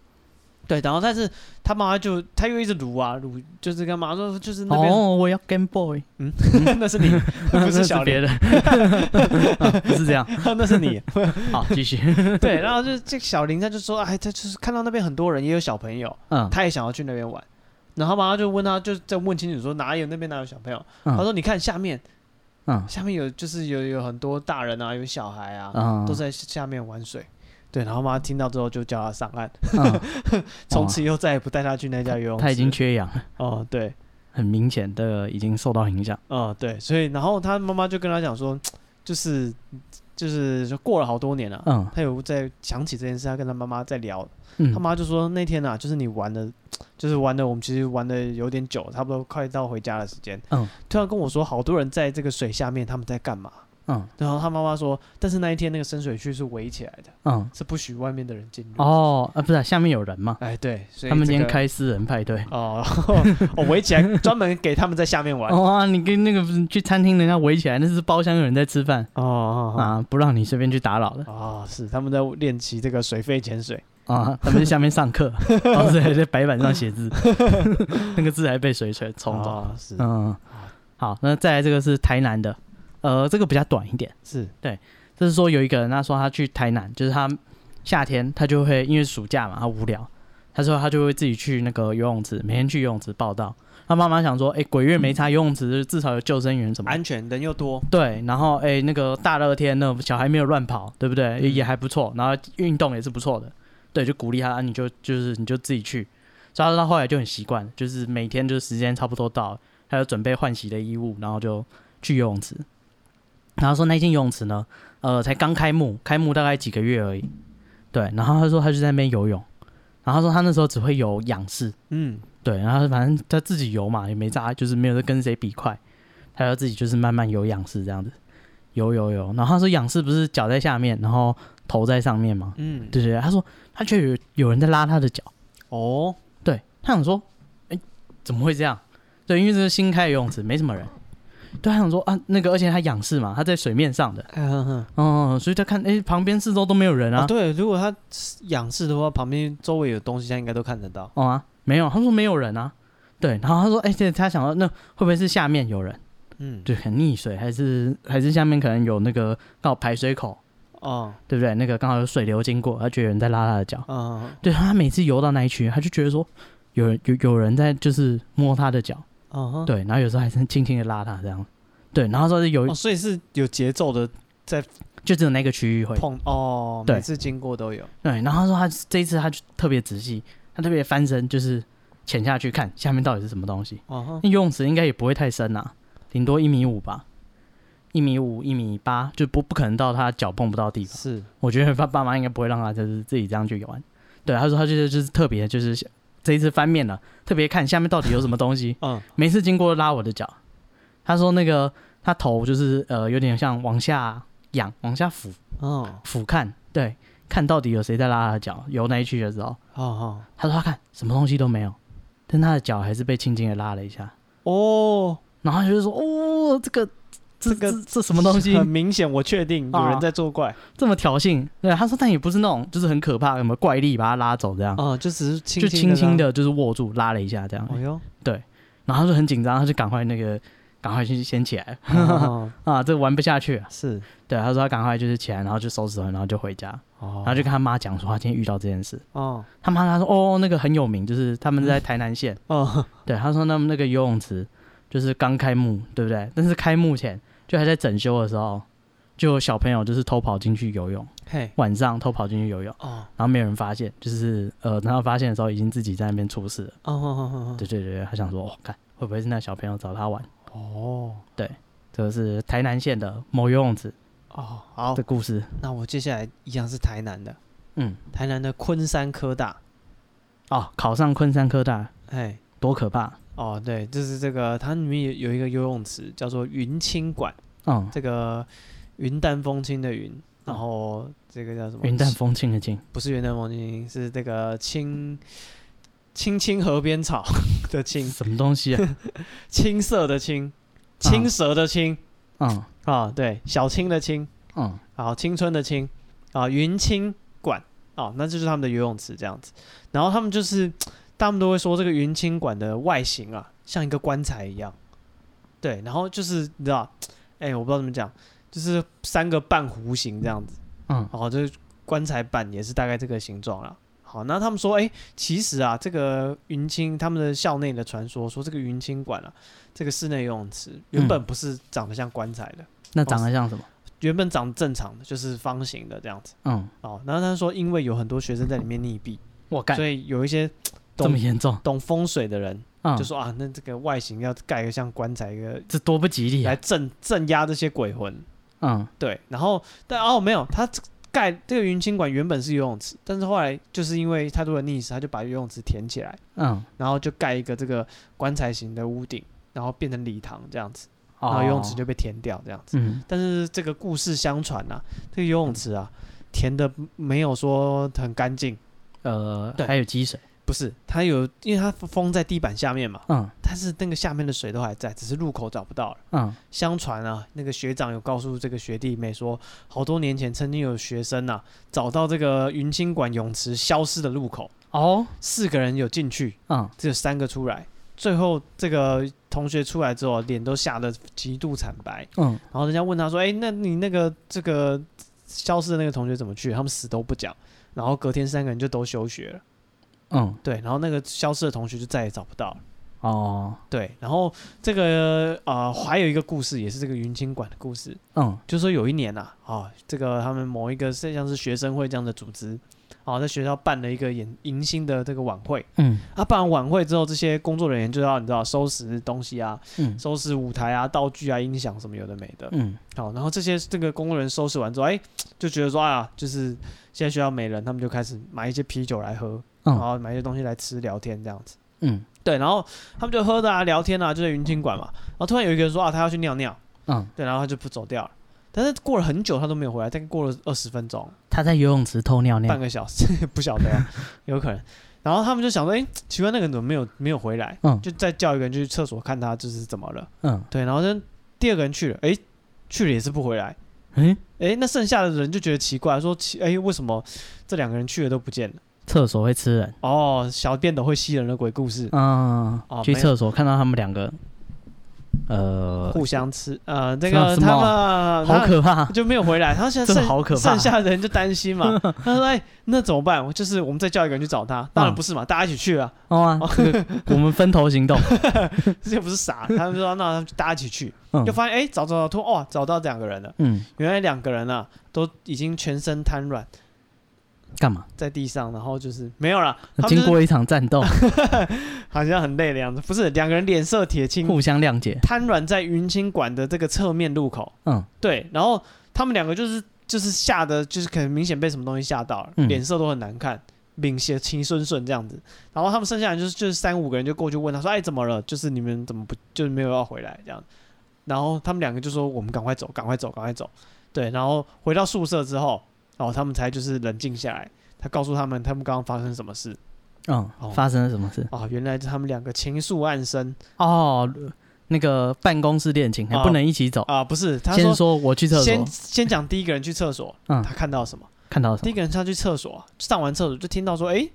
[SPEAKER 1] 对，然后但是他妈就他又一直撸啊撸，就是干嘛说就是那边、嗯
[SPEAKER 2] 哦，我要 Game Boy，
[SPEAKER 1] 那是 [LAUGHS] 你， [LAUGHS] 不
[SPEAKER 2] [LAUGHS]
[SPEAKER 1] 是小
[SPEAKER 2] 别
[SPEAKER 1] 林，
[SPEAKER 2] 人， [LAUGHS] 不是这样。
[SPEAKER 1] [LAUGHS] 那是你。
[SPEAKER 2] 好，继续， [LAUGHS]
[SPEAKER 1] 对，然后就这小林他就说，哎，他就是看到那边很多人，也有小朋友，
[SPEAKER 2] 嗯
[SPEAKER 1] 他也想要去那边玩。然后妈妈就问他，就在问清楚说哪有那边哪有小朋友？
[SPEAKER 2] 嗯
[SPEAKER 1] 他说你看下面，
[SPEAKER 2] 嗯
[SPEAKER 1] 下面有就是有有很多大人啊，有小孩啊，
[SPEAKER 2] 嗯，
[SPEAKER 1] 都在下面玩水。对，然后妈妈听到之后就叫他上岸，
[SPEAKER 2] 嗯，
[SPEAKER 1] [LAUGHS] 从此以后再也不带他去那家游泳池。
[SPEAKER 2] 他已经缺氧了，
[SPEAKER 1] 哦，对，
[SPEAKER 2] 很明显的已经受到影响。
[SPEAKER 1] 嗯，对，所以然后他妈妈就跟他讲说，就是就是就过了好多年了、
[SPEAKER 2] 嗯
[SPEAKER 1] 他有在想起这件事，他跟他妈妈在聊，
[SPEAKER 2] 嗯，
[SPEAKER 1] 他妈就说那天啊，就是你玩的，就是玩的，我们其实玩的有点久，差不多快到回家的时间，
[SPEAKER 2] 嗯，
[SPEAKER 1] 突然跟我说好多人在这个水下面，他们在干嘛？
[SPEAKER 2] 嗯
[SPEAKER 1] 然后他妈妈说，但是那一天那个深水区是围起来的，
[SPEAKER 2] 嗯，
[SPEAKER 1] 是不许外面的人进入。，
[SPEAKER 2] 哦啊，不是啊，下面有人嘛，
[SPEAKER 1] 哎，对，所以
[SPEAKER 2] 他们
[SPEAKER 1] 这
[SPEAKER 2] 今天
[SPEAKER 1] 个
[SPEAKER 2] 开私人派对。
[SPEAKER 1] 哦， [LAUGHS] 我围起来，专门给他们在下面玩。哦
[SPEAKER 2] 哦啊，你跟那个不是去餐厅，人家围起来，那是包厢有人在吃饭
[SPEAKER 1] 哦哦
[SPEAKER 2] 啊，不让你随便去打扰的
[SPEAKER 1] 哦，是他们在练习这个水肺潜水。
[SPEAKER 2] 啊。他们在下面
[SPEAKER 1] [LAUGHS]
[SPEAKER 2] 上课，老师还在白板上写字，那个字还被水水冲走。
[SPEAKER 1] 哦，是
[SPEAKER 2] 嗯，好，那再来这个是台南的，呃，这个比较短一点。
[SPEAKER 1] 是，
[SPEAKER 2] 就是说有一个人，他说他去台南，就是他夏天他就会因为暑假嘛，他无聊，他说他就会自己去那个游泳池，每天去游泳池报道。他妈妈想说，哎、鬼月没差，游泳池至少有救生员什么的。
[SPEAKER 1] 安全，人又多，
[SPEAKER 2] 对，然后哎、那个大热天呢，小孩没有乱跑，对不对？也也还不错，然后运动也是不错的，对，就鼓励他，啊你就就是你就自己去。所以他到后来就很习惯，就是每天就是时间差不多到了，他就准备换洗的衣物，然后就去游泳池。然后说那间游泳池呢，呃，才刚开幕，开幕大概几个月而已。对，然后他说他就在那边游泳，然后他说他那时候只会游仰式，
[SPEAKER 1] 嗯，
[SPEAKER 2] 对，然后反正他自己游嘛，也没扎，就是没有在跟谁比快，他要自己就是慢慢游仰式这样子，游游游。然后他说仰式不是脚在下面，然后头在上面嘛？
[SPEAKER 1] 嗯，
[SPEAKER 2] 对对对，他说他却有有人在拉他的脚，
[SPEAKER 1] 哦，
[SPEAKER 2] 对他想说，哎，怎么会这样？对，因为这是新开的游泳池，没什么人。对，他想说啊，那个而且他仰式嘛，他在水面上的，
[SPEAKER 1] 嗯
[SPEAKER 2] 嗯，所以他看哎旁边四周都没有人啊
[SPEAKER 1] 啊，，对，如果他仰视的话，旁边周围有东西，他应该都看得到。
[SPEAKER 2] 哦啊，没有，他说没有人啊。对，然后他说，哎、对他想到那会不会是下面有人？
[SPEAKER 1] 嗯，，
[SPEAKER 2] 对，很溺水，还是还是下面可能有那个刚好排水口，
[SPEAKER 1] 哦，
[SPEAKER 2] 对不对？那个刚好有水流经过，他觉得有人在拉他的脚。
[SPEAKER 1] 嗯，
[SPEAKER 2] 对他每次游到那一区，他就觉得说有人有有人在就是摸他的脚，
[SPEAKER 1] 哦，
[SPEAKER 2] 对，然后有时候还是轻轻的拉他这样，对，然后说是有、
[SPEAKER 1] 哦，所以是有节奏的
[SPEAKER 2] 就只有那个区域会，
[SPEAKER 1] 碰，哦，
[SPEAKER 2] 对
[SPEAKER 1] 每次经过都有。
[SPEAKER 2] 对，然后他说他这一次他就特别仔细，他特别翻身就是潜下去看下面到底是什么东西。
[SPEAKER 1] 哦，
[SPEAKER 2] 那游泳池应该也不会太深啊，顶多一米五吧，一米五一米八，就不不可能到他脚碰不到地方。
[SPEAKER 1] 是，。
[SPEAKER 2] 我觉得爸爸妈应该不会让他就是自己这样去玩。对，他说他就是就是特别就是这一次翻面了，特别看下面到底有什么东西
[SPEAKER 1] [LAUGHS] 嗯，
[SPEAKER 2] 每次经过拉我的脚，他说那个他头就是呃有点像往下仰，往下俯
[SPEAKER 1] 哦，
[SPEAKER 2] 俯瞰，对，看到底有谁在拉他的脚。游那一区的时候，
[SPEAKER 1] 哦，哦，
[SPEAKER 2] 他说他看什么东西都没有，但他的脚还是被轻轻的拉了一下，
[SPEAKER 1] 哦，
[SPEAKER 2] 然后他就说：“哦，这个这
[SPEAKER 1] 这个
[SPEAKER 2] 这这什么东
[SPEAKER 1] [LAUGHS]
[SPEAKER 2] 西啊
[SPEAKER 1] 很明显，我确定有人在作怪
[SPEAKER 2] 这么挑衅？”对，他说，但也不是那种就是很可怕，有没有怪力把他拉走这样，
[SPEAKER 1] 哦，就只是轻
[SPEAKER 2] 就轻轻
[SPEAKER 1] 的
[SPEAKER 2] 的就是握住拉了一下这样
[SPEAKER 1] 拉，，哎 [LAUGHS] 呦，
[SPEAKER 2] 然后他就很紧张，他就赶快那个赶快去先起来
[SPEAKER 1] 哦
[SPEAKER 2] [LAUGHS] 啊，这玩不下去啊。
[SPEAKER 1] 是
[SPEAKER 2] 对，他说他赶快就是起来，然后就收拾完，然后就回家，
[SPEAKER 1] 哦
[SPEAKER 2] 然后就跟他妈讲说他今天遇到这件事。
[SPEAKER 1] 哦
[SPEAKER 2] 他妈他说哦，那个很有名，就是他们在台南县。
[SPEAKER 1] 哦 [LAUGHS]
[SPEAKER 2] 对，他说那么那个游泳池就是刚开幕，对不对？但是开幕前就还在整修的时候，就有小朋友就是偷跑进去游泳，
[SPEAKER 1] 嘿
[SPEAKER 2] 晚上偷跑进去游泳，
[SPEAKER 1] 哦
[SPEAKER 2] 然后没有人发现，就是呃，然后发现的时候已经自己在那边出事了。
[SPEAKER 1] 哦哦
[SPEAKER 2] 对对对，对他想说哦，看会不会是那小朋友找他玩？
[SPEAKER 1] 哦哦
[SPEAKER 2] 这个是台南县的某游泳池
[SPEAKER 1] 哦好
[SPEAKER 2] 的，故事。
[SPEAKER 1] 那我接下来一样是台南的，
[SPEAKER 2] 嗯，
[SPEAKER 1] 台南的昆山科大，
[SPEAKER 2] 哦，考上昆山科大
[SPEAKER 1] 哎。
[SPEAKER 2] 多可怕！
[SPEAKER 1] 哦，对，就是这个，它里面有有一个游泳池叫做云清馆，
[SPEAKER 2] 嗯，
[SPEAKER 1] 这个云淡风轻的云，然后这个叫什么？
[SPEAKER 2] 云淡风轻的轻，
[SPEAKER 1] 不是云淡风轻，是这个青青青河边草 [LAUGHS] 的青，
[SPEAKER 2] 什么东
[SPEAKER 1] [LAUGHS]
[SPEAKER 2] 西啊？
[SPEAKER 1] 青色的青，青蛇的青
[SPEAKER 2] 嗯
[SPEAKER 1] 啊、对，小青的青，
[SPEAKER 2] 嗯，
[SPEAKER 1] 好，青春的青啊，云青馆哦，那就是他们的游泳池这样子。然后他们就是，他们都会说这个云青馆的外形啊，像一个棺材一样。对，然后就是你知道，哎、我不知道怎么讲，就是三个半弧形这样子。
[SPEAKER 2] 嗯
[SPEAKER 1] 好，就是棺材板也是大概这个形状啦。好，那他们说，哎、其实啊，这个云清他们的校内的传说说，这个云清馆啊，这个室内游泳池
[SPEAKER 2] 嗯
[SPEAKER 1] 原本不是长得像棺材的，
[SPEAKER 2] 那长得像什么？
[SPEAKER 1] 原本长得正常的，就是方形的这样子。
[SPEAKER 2] 嗯，
[SPEAKER 1] 哦，然后他说，因为有很多学生在里面溺毙，
[SPEAKER 2] 我干
[SPEAKER 1] 所，以有一些
[SPEAKER 2] 这么
[SPEAKER 1] 懂
[SPEAKER 2] 严重？
[SPEAKER 1] 懂风水的人
[SPEAKER 2] 嗯，
[SPEAKER 1] 就说啊，那这个外形要盖个像棺材一个，
[SPEAKER 2] 这多不吉利
[SPEAKER 1] 来
[SPEAKER 2] 啊！
[SPEAKER 1] 镇镇压这些鬼魂。
[SPEAKER 2] 嗯
[SPEAKER 1] 对，然后但哦没有，他这盖这个云清馆原本是游泳池，但是后来就是因为太多人溺死，他就把游泳池填起来，
[SPEAKER 2] 嗯，
[SPEAKER 1] 然后就盖一个这个棺材型的屋顶，然后变成礼堂这样子，然
[SPEAKER 2] 哦
[SPEAKER 1] 后游泳池就被填掉这样子。
[SPEAKER 2] 嗯
[SPEAKER 1] 但是这个故事相传啊，这个游泳池啊，填的没有说很干净，
[SPEAKER 2] 呃
[SPEAKER 1] 对
[SPEAKER 2] 还有积水，
[SPEAKER 1] 不是，它有，因为它封在地板下面嘛，
[SPEAKER 2] 嗯
[SPEAKER 1] 但是那个下面的水都还在，只是入口找不到了。
[SPEAKER 2] 嗯
[SPEAKER 1] 相传啊，那个学长有告诉这个学弟妹说，好多年前曾经有学生啊，找到这个云清馆泳池消失的入口，
[SPEAKER 2] 哦
[SPEAKER 1] 四个人有进去，
[SPEAKER 2] 嗯
[SPEAKER 1] 只有三个出来。最后这个呃同学出来之后，脸都吓得极度惨白，
[SPEAKER 2] 嗯
[SPEAKER 1] 然后人家问他说：“哎、那你那个这个呃消失的那个同学怎么去？”他们死都不讲。然后隔天三个人就都休学了，
[SPEAKER 2] 嗯
[SPEAKER 1] 对。然后那个消失的同学就再也找不到了，
[SPEAKER 2] 哦
[SPEAKER 1] 对。然后这个呃，还有一个故事，也是这个云清馆的故事，
[SPEAKER 2] 嗯
[SPEAKER 1] 就是说有一年呐、啊，啊，这个他们某一个是像是学生会这样的组织，啊，在学校办了一个演迎新的这个晚会。
[SPEAKER 2] 嗯
[SPEAKER 1] 啊，办完晚会之后，这些工作人员就要你知道收拾东西啊，
[SPEAKER 2] 嗯
[SPEAKER 1] 收拾舞台啊、道具啊、音响什么有的没的。
[SPEAKER 2] 嗯
[SPEAKER 1] 好，然后这些这个工作人员收拾完之后，哎、就觉得说啊，就是现在学校没人，他们就开始买一些啤酒来喝，
[SPEAKER 2] 嗯
[SPEAKER 1] 然后买一些东西来吃、聊天这样子。
[SPEAKER 2] 嗯
[SPEAKER 1] 对，然后他们就喝的啊、聊天啊，就在云清馆嘛。然后突然有一个人说啊，他要去尿尿，
[SPEAKER 2] 嗯，
[SPEAKER 1] 对，然后他就不走掉了。但是过了很久，他都没有回来，大概过了二十分钟，
[SPEAKER 2] 他在游泳池偷尿
[SPEAKER 1] 半
[SPEAKER 2] 尿，
[SPEAKER 1] 个小时， [LAUGHS] 不晓得、啊，有可能。然后他们就想说，哎、奇怪，那个人怎么没有没有回来？
[SPEAKER 2] 嗯
[SPEAKER 1] 就再叫一个人去厕所看他就是怎么了。
[SPEAKER 2] 嗯
[SPEAKER 1] 对，然后呢，第二个人去了，哎、去了也是不回来。
[SPEAKER 2] 诶，
[SPEAKER 1] 哎，那剩下的人就觉得奇怪，说奇哎，为什么这两个人去了都不见了？
[SPEAKER 2] 厕所会吃人，
[SPEAKER 1] 哦，小便斗会吸人的鬼故事，
[SPEAKER 2] 嗯
[SPEAKER 1] 哦，
[SPEAKER 2] 去
[SPEAKER 1] 没有
[SPEAKER 2] 厕所看到他们两个，呃，
[SPEAKER 1] 互相吃，呃，这
[SPEAKER 2] 什么
[SPEAKER 1] 个
[SPEAKER 2] 什么
[SPEAKER 1] 他们
[SPEAKER 2] 啊好可怕
[SPEAKER 1] [LAUGHS] 他，就没有回来，他现在
[SPEAKER 2] 真的
[SPEAKER 1] 剩
[SPEAKER 2] 好可怕
[SPEAKER 1] 剩下的人就担心嘛，
[SPEAKER 2] [LAUGHS]
[SPEAKER 1] 他说哎，那怎么办？我就是我们再叫一个人去找他，
[SPEAKER 2] 嗯
[SPEAKER 1] 当然不是嘛，大家一起去啊， [LAUGHS]
[SPEAKER 2] 好啊，这个我们分头行动，
[SPEAKER 1] 这又不是傻，他们就说那他们就大家一起去，
[SPEAKER 2] 嗯
[SPEAKER 1] 就发现哎，找找找，突然哦，找到两个人了，
[SPEAKER 2] 嗯，
[SPEAKER 1] 原来两个人啊都已经全身瘫软
[SPEAKER 2] 干嘛？
[SPEAKER 1] 在地上，然后就是没有了，他们
[SPEAKER 2] 经
[SPEAKER 1] 就是
[SPEAKER 2] 过一场战
[SPEAKER 1] [LAUGHS]
[SPEAKER 2] 斗，
[SPEAKER 1] 好像很累的样子，不是两个人脸色铁青，
[SPEAKER 2] 互相谅解，
[SPEAKER 1] 瘫软在云清馆的这个侧面路口。
[SPEAKER 2] 嗯
[SPEAKER 1] 对，然后他们两个就是就是吓得，就是可能明显被什么东西吓到了，
[SPEAKER 2] 嗯
[SPEAKER 1] 脸色都很难看，领血青顺顺这样子。然后他们剩下来就是就是三五个人就过去问他说：“哎，怎么了？就是你们怎么不就是没有要回来这样？”然后他们两个就说：“我们赶快走，赶快走，赶快走。”对，然后回到哦宿舍之后，然后他们才就是冷静下来。他告诉他们，他们刚刚发生什么事。
[SPEAKER 2] 嗯
[SPEAKER 1] 哦，
[SPEAKER 2] 发生了什么事？
[SPEAKER 1] 啊，原来是他们两个情愫暗生
[SPEAKER 2] 哦，那个办公室恋情还
[SPEAKER 1] 哦
[SPEAKER 2] 不能一起走。
[SPEAKER 1] 啊，不是？他
[SPEAKER 2] 先
[SPEAKER 1] 说
[SPEAKER 2] 说我去厕
[SPEAKER 1] 先
[SPEAKER 2] 所，
[SPEAKER 1] 先讲第一个人去厕所，
[SPEAKER 2] 嗯
[SPEAKER 1] 他看到什么？
[SPEAKER 2] 看到了什
[SPEAKER 1] 第
[SPEAKER 2] 么？
[SPEAKER 1] 一个人他去厕所，上完厕所就听到说，哎、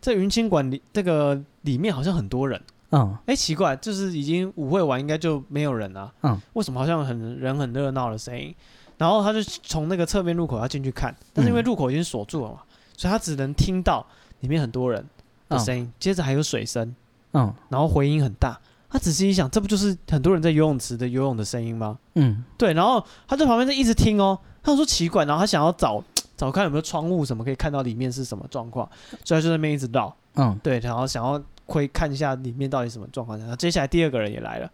[SPEAKER 1] 这云清馆里这个里面好像很多人，
[SPEAKER 2] 嗯
[SPEAKER 1] 哎、奇怪，就是已经舞会完应该就没有人了，
[SPEAKER 2] 嗯，
[SPEAKER 1] 为什么好像很人很热闹的声音？然后他就从那个侧面入口要进去看，但是因为
[SPEAKER 2] 嗯
[SPEAKER 1] 入口已经锁住了嘛，所以他只能听到里面很多人的声音，接着还有水声，
[SPEAKER 2] 嗯
[SPEAKER 1] 然后回音很大。他仔细一想，这不就是很多人在游泳池的游泳的声音吗？
[SPEAKER 2] 嗯
[SPEAKER 1] 对，然后他在旁边就一直听哦，他说奇怪，然后他想要找找看有没有窗户什么可以看到里面是什么状况，所以他就在那边一直绕，
[SPEAKER 2] 嗯
[SPEAKER 1] 对，然后想要窥看一下里面到底什么状况。然后接下来第二个人也来了，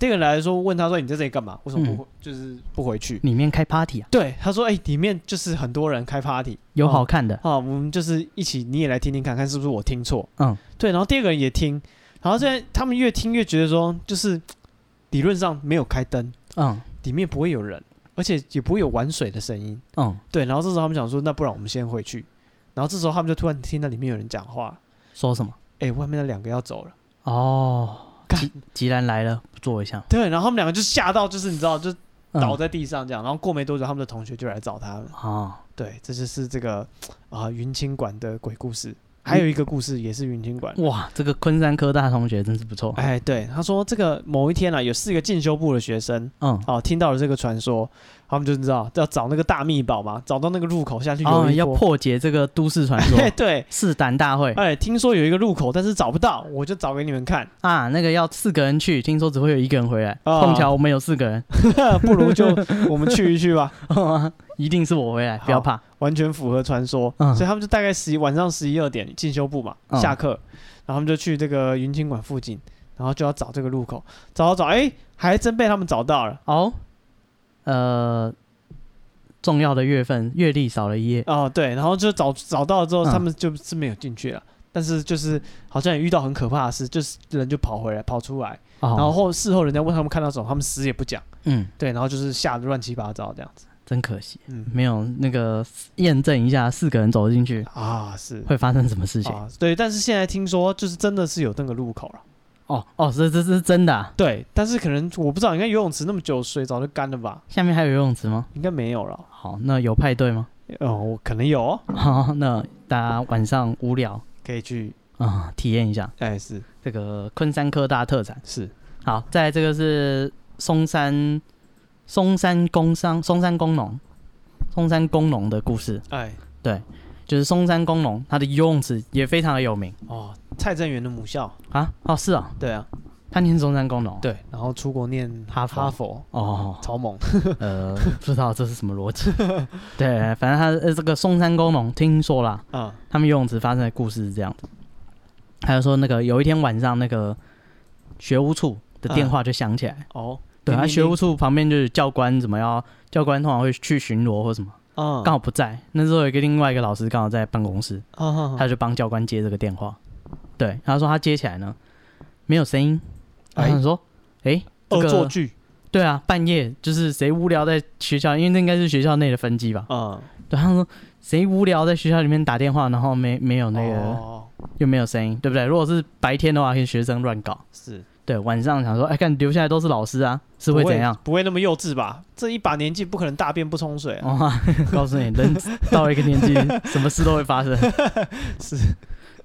[SPEAKER 1] 第二个人来说问他说你在这里干嘛？为什么不、就是不回去？
[SPEAKER 2] 里面开 party 啊，
[SPEAKER 1] 对，他说哎、里面就是很多人开 party
[SPEAKER 2] 有好看的。
[SPEAKER 1] 啊，我们就是一起你也来听听看看是不是我听错？
[SPEAKER 2] 嗯，
[SPEAKER 1] 对，然后第二个人也听，然后现在他们越听越觉得说就是理论上没有开灯。
[SPEAKER 2] 嗯
[SPEAKER 1] 里面不会有人，而且也不会有玩水的声音。
[SPEAKER 2] 嗯，
[SPEAKER 1] 对，然后这时候他们想说，那不然我们先回去。然后这时候他们就突然听到里面有人讲话，
[SPEAKER 2] 说什么？
[SPEAKER 1] 哎、外面那两个要走了。
[SPEAKER 2] 哦，
[SPEAKER 1] 干
[SPEAKER 2] 既既然来了，坐一下。
[SPEAKER 1] 对，然后他们两个就吓到，就是你知道，就
[SPEAKER 2] 嗯
[SPEAKER 1] 倒在地上这样。然后过没多久，他们的同学就来找他们。
[SPEAKER 2] 哦，
[SPEAKER 1] 对，这就是这个啊、云清馆的鬼故
[SPEAKER 2] 嗯
[SPEAKER 1] 事。还有一个故事也是云清馆。
[SPEAKER 2] 哇，这个昆山科大同学真是不错。
[SPEAKER 1] 哎，对，他说这个某一天啊，有四个进修部的学生
[SPEAKER 2] 嗯，
[SPEAKER 1] 哦，听到了这个传说，他们就知道要找那个大密宝嘛，找到那个入口下去
[SPEAKER 2] 哦
[SPEAKER 1] 游，一
[SPEAKER 2] 要
[SPEAKER 1] [LAUGHS] 波，
[SPEAKER 2] 破解这个都市传说
[SPEAKER 1] 对，
[SPEAKER 2] 试胆大会
[SPEAKER 1] 哎，听说有一个入口，但是找不到，我就找给你们看， [LAUGHS]
[SPEAKER 2] 啊，那个要四个人去，听说只会有一个人回来。
[SPEAKER 1] 啊
[SPEAKER 2] 碰巧我们有四个人，
[SPEAKER 1] 不如就我们去一去
[SPEAKER 2] [LAUGHS]
[SPEAKER 1] 吧，
[SPEAKER 2] 一定是我回来，
[SPEAKER 1] 好
[SPEAKER 2] 不要怕。
[SPEAKER 1] 完全符合传说。
[SPEAKER 2] 嗯
[SPEAKER 1] 所以他们就大概十一晚上十一二点进修部嘛，
[SPEAKER 2] 嗯
[SPEAKER 1] 下课，然后他们就去这个云清馆附近，然后就要找这个入口，找找找，哎，还真被他们找到了。
[SPEAKER 2] 哦，呃，重要的月份月历少了一页。
[SPEAKER 1] 哦，对，然后就找找到了之后，
[SPEAKER 2] 哎嗯
[SPEAKER 1] 他们就是没有进去了。但是就是好像也遇到很可怕的事，就是人就跑回来跑出来，
[SPEAKER 2] 哦，
[SPEAKER 1] 然后后事后人家问他们看到什么，他们死也不讲，
[SPEAKER 2] 嗯，
[SPEAKER 1] 对，然后就是吓得乱七八糟这样子，
[SPEAKER 2] 真可惜，
[SPEAKER 1] 嗯
[SPEAKER 2] 没有那个验证一下四个人走进去
[SPEAKER 1] 啊是，
[SPEAKER 2] 会发生什么事情。
[SPEAKER 1] 啊，对，但是现在听说就是真的是有那个入口了。
[SPEAKER 2] 哦哦，这这这是真的啊、
[SPEAKER 1] 对，但是可能我不知道，应该游泳池那么久，水早就干了吧？
[SPEAKER 2] 下面还有游泳池吗？
[SPEAKER 1] 应该没有了。
[SPEAKER 2] 好，那有派对吗？ [LAUGHS]
[SPEAKER 1] 哦，我可能有哦，
[SPEAKER 2] 好，那大家晚上无聊
[SPEAKER 1] 可以去。
[SPEAKER 2] 啊、体验一下
[SPEAKER 1] 哎，是
[SPEAKER 2] 这个昆山科大特产。
[SPEAKER 1] 是，
[SPEAKER 2] 好，再来这个是松山松山工商松山工农松山工农的故事，
[SPEAKER 1] 哎，
[SPEAKER 2] 就是松山工农它的游泳池也非常的有名
[SPEAKER 1] 哦，蔡正元的母校，
[SPEAKER 2] 啊。哦，是啊、哦，
[SPEAKER 1] 对啊，
[SPEAKER 2] 他念松山工农。
[SPEAKER 1] 对，然后出国念
[SPEAKER 2] 哈佛
[SPEAKER 1] 哈佛，
[SPEAKER 2] 哦，
[SPEAKER 1] 超
[SPEAKER 2] [LAUGHS]
[SPEAKER 1] 猛，
[SPEAKER 2] 呃，不知道这是什么逻辑。对，反正他呃这个松山工农听说啦，
[SPEAKER 1] 嗯，
[SPEAKER 2] 他们游泳池发生的故事是这样子。还有说那个有一天晚上，那个学务处的电话就响起来，
[SPEAKER 1] 哦，
[SPEAKER 2] 对，他
[SPEAKER 1] 叮
[SPEAKER 2] 学
[SPEAKER 1] 叮
[SPEAKER 2] 务处旁边就是教官，怎么要教官通常会去巡逻或什么，
[SPEAKER 1] 叮嗯，
[SPEAKER 2] 刚好不在。那时候有一个另外一个老师刚好在办公室，
[SPEAKER 1] 啊，
[SPEAKER 2] 他就帮教官接这个电话。对，他说他接起来呢，没有声音，他
[SPEAKER 1] 哎
[SPEAKER 2] 想说，哎，这
[SPEAKER 1] 恶作
[SPEAKER 2] 个
[SPEAKER 1] 剧，
[SPEAKER 2] 对啊，半夜就是谁无聊在学校，因为那应该是学校内的分机吧？
[SPEAKER 1] 嗯，
[SPEAKER 2] 对，他说谁无聊在学校里面打电话，然后没没有那个。
[SPEAKER 1] 哦
[SPEAKER 2] 又没有声音，对不对？如果是白天的话，跟学生乱搞，
[SPEAKER 1] 是
[SPEAKER 2] 对，晚上想说，哎，看留下来都是老师啊，是会
[SPEAKER 1] 不
[SPEAKER 2] 怎样？
[SPEAKER 1] 不会那么幼稚吧？这一把年纪不可能大便不冲水啊，
[SPEAKER 2] [LAUGHS] 哇、告诉你，人到了一个年纪，什么事都会发生。
[SPEAKER 1] [LAUGHS] 是，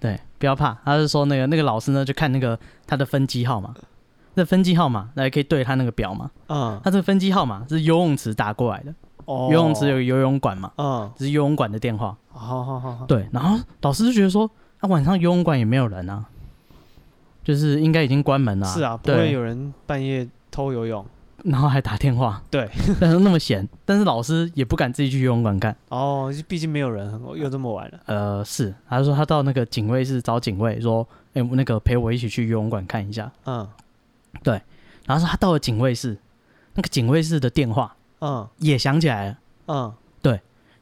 [SPEAKER 2] 对，不要怕。他是说那个那个老师呢，就看那个他的分机号码，那分机号码来可以对他那个表嘛。
[SPEAKER 1] 嗯，
[SPEAKER 2] 他这个分机号码是游泳池打过来的，
[SPEAKER 1] 哦
[SPEAKER 2] 哦游泳池有，个游泳馆嘛，
[SPEAKER 1] 嗯，
[SPEAKER 2] 这是游泳馆的电话。
[SPEAKER 1] 好好好好，
[SPEAKER 2] 对，然后老师就觉得说，啊，晚上游泳馆也没有人啊，就是应该已经关门了、
[SPEAKER 1] 是啊，不
[SPEAKER 2] 对。
[SPEAKER 1] 会有人半夜偷游泳。
[SPEAKER 2] 然后还打电话，
[SPEAKER 1] 对，
[SPEAKER 2] [LAUGHS] 但是那么闲，但是老师也不敢自己去游泳馆干。
[SPEAKER 1] 哦，毕竟没有人又这么晚了。
[SPEAKER 2] 呃，是，他说他到那个警卫室找警卫说，哎、那个陪我一起去游泳馆看一下。
[SPEAKER 1] 嗯
[SPEAKER 2] 然后说他到了警卫室，那个警卫室的电话
[SPEAKER 1] 嗯
[SPEAKER 2] 也响起来了，
[SPEAKER 1] 嗯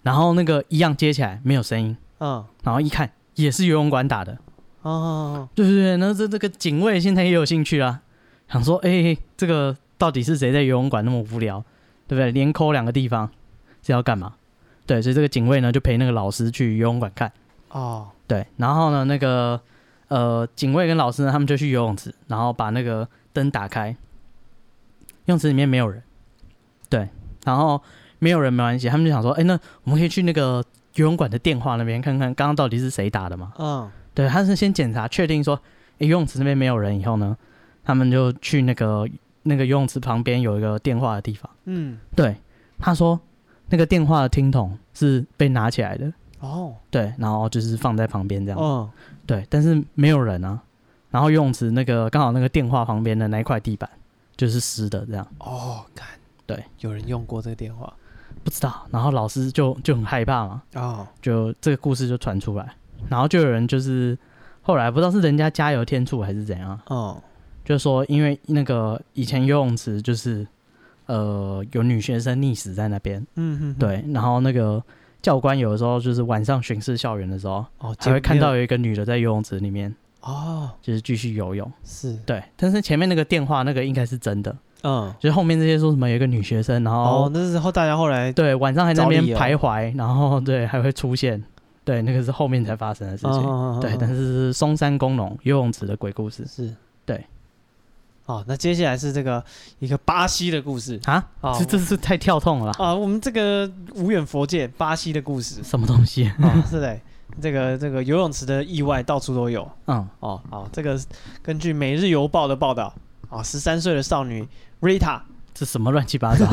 [SPEAKER 2] 然后那个一样接起来没有声音，
[SPEAKER 1] 嗯
[SPEAKER 2] 然后一看也是游泳馆打的，
[SPEAKER 1] 哦
[SPEAKER 2] 对对对，那这这个警卫现在也有兴趣啦，想说，哎、这个到底是谁在游泳馆那么无聊，对不对？连抠两个地方是要干嘛？对，所以这个警卫呢就陪那个老师去游泳馆看，
[SPEAKER 1] 哦
[SPEAKER 2] 对，然后呢那个呃，警卫跟老师呢，他们就去游泳池，然后把那个灯打开，游泳池里面没有人，对，然后没有人没关系，他们就想说，哎、那我们可以去那个游泳馆的电话那边看看，刚刚到底是谁打的嘛？
[SPEAKER 1] 嗯，
[SPEAKER 2] 对，他是先检查确定说、诶游泳池那边没有人以后呢，他们就去那个那个游泳池旁边有一个电话的地方，
[SPEAKER 1] 嗯，
[SPEAKER 2] 对，他说那个电话的听筒是被拿起来的，
[SPEAKER 1] 哦，
[SPEAKER 2] 对，然后就是放在旁边这样子。
[SPEAKER 1] 嗯，
[SPEAKER 2] 对，但是没有人啊。然后游泳池那个刚好那个电话旁边的那一块地板就是湿的，这样
[SPEAKER 1] 哦，看，
[SPEAKER 2] 对，
[SPEAKER 1] 有人用过这个电话
[SPEAKER 2] 不知道。然后老师就就很害怕嘛，
[SPEAKER 1] 哦，
[SPEAKER 2] 就这个故事就传出来，然后就有人就是后来不知道是人家加油添醋还是怎样，啊
[SPEAKER 1] 哦，
[SPEAKER 2] 就说因为那个以前游泳池就是呃有女学生溺死在那边，
[SPEAKER 1] 嗯哼，
[SPEAKER 2] 对，然后那个教官有的时候就是晚上巡视校园的时候，
[SPEAKER 1] 哦，
[SPEAKER 2] 才会看到
[SPEAKER 1] 见
[SPEAKER 2] 有一个女的在游泳池里面
[SPEAKER 1] 面哦，
[SPEAKER 2] 就是继续游泳。
[SPEAKER 1] 是，
[SPEAKER 2] 对，但是前面那个电话那个应该是真的，
[SPEAKER 1] 嗯，
[SPEAKER 2] 就是后面这些说什么有一个女学生，然后、
[SPEAKER 1] 哦，那是后大家后来，
[SPEAKER 2] 对晚上还在那边
[SPEAKER 1] 找理由
[SPEAKER 2] 徘徊，然后对还会出现，对那个是后面才发生的事情。
[SPEAKER 1] 嗯
[SPEAKER 2] 对，但
[SPEAKER 1] 是
[SPEAKER 2] 是是松山公农游泳池的鬼故事
[SPEAKER 1] 是，
[SPEAKER 2] 对，
[SPEAKER 1] 哦，那接下来是这个一个巴西的故事
[SPEAKER 2] 啊，
[SPEAKER 1] 哦
[SPEAKER 2] 这这是太跳痛了吧？
[SPEAKER 1] 啊，我们这个无远佛界巴西的故事
[SPEAKER 2] 什么东西？
[SPEAKER 1] 啊，是的，这个这个游泳池的意外到处都有。
[SPEAKER 2] 嗯，
[SPEAKER 1] 哦，好，这个根据《每日邮报》的报道，啊、1十三岁的少女 Rita
[SPEAKER 2] 这什么乱七
[SPEAKER 1] [LAUGHS]
[SPEAKER 2] 八糟？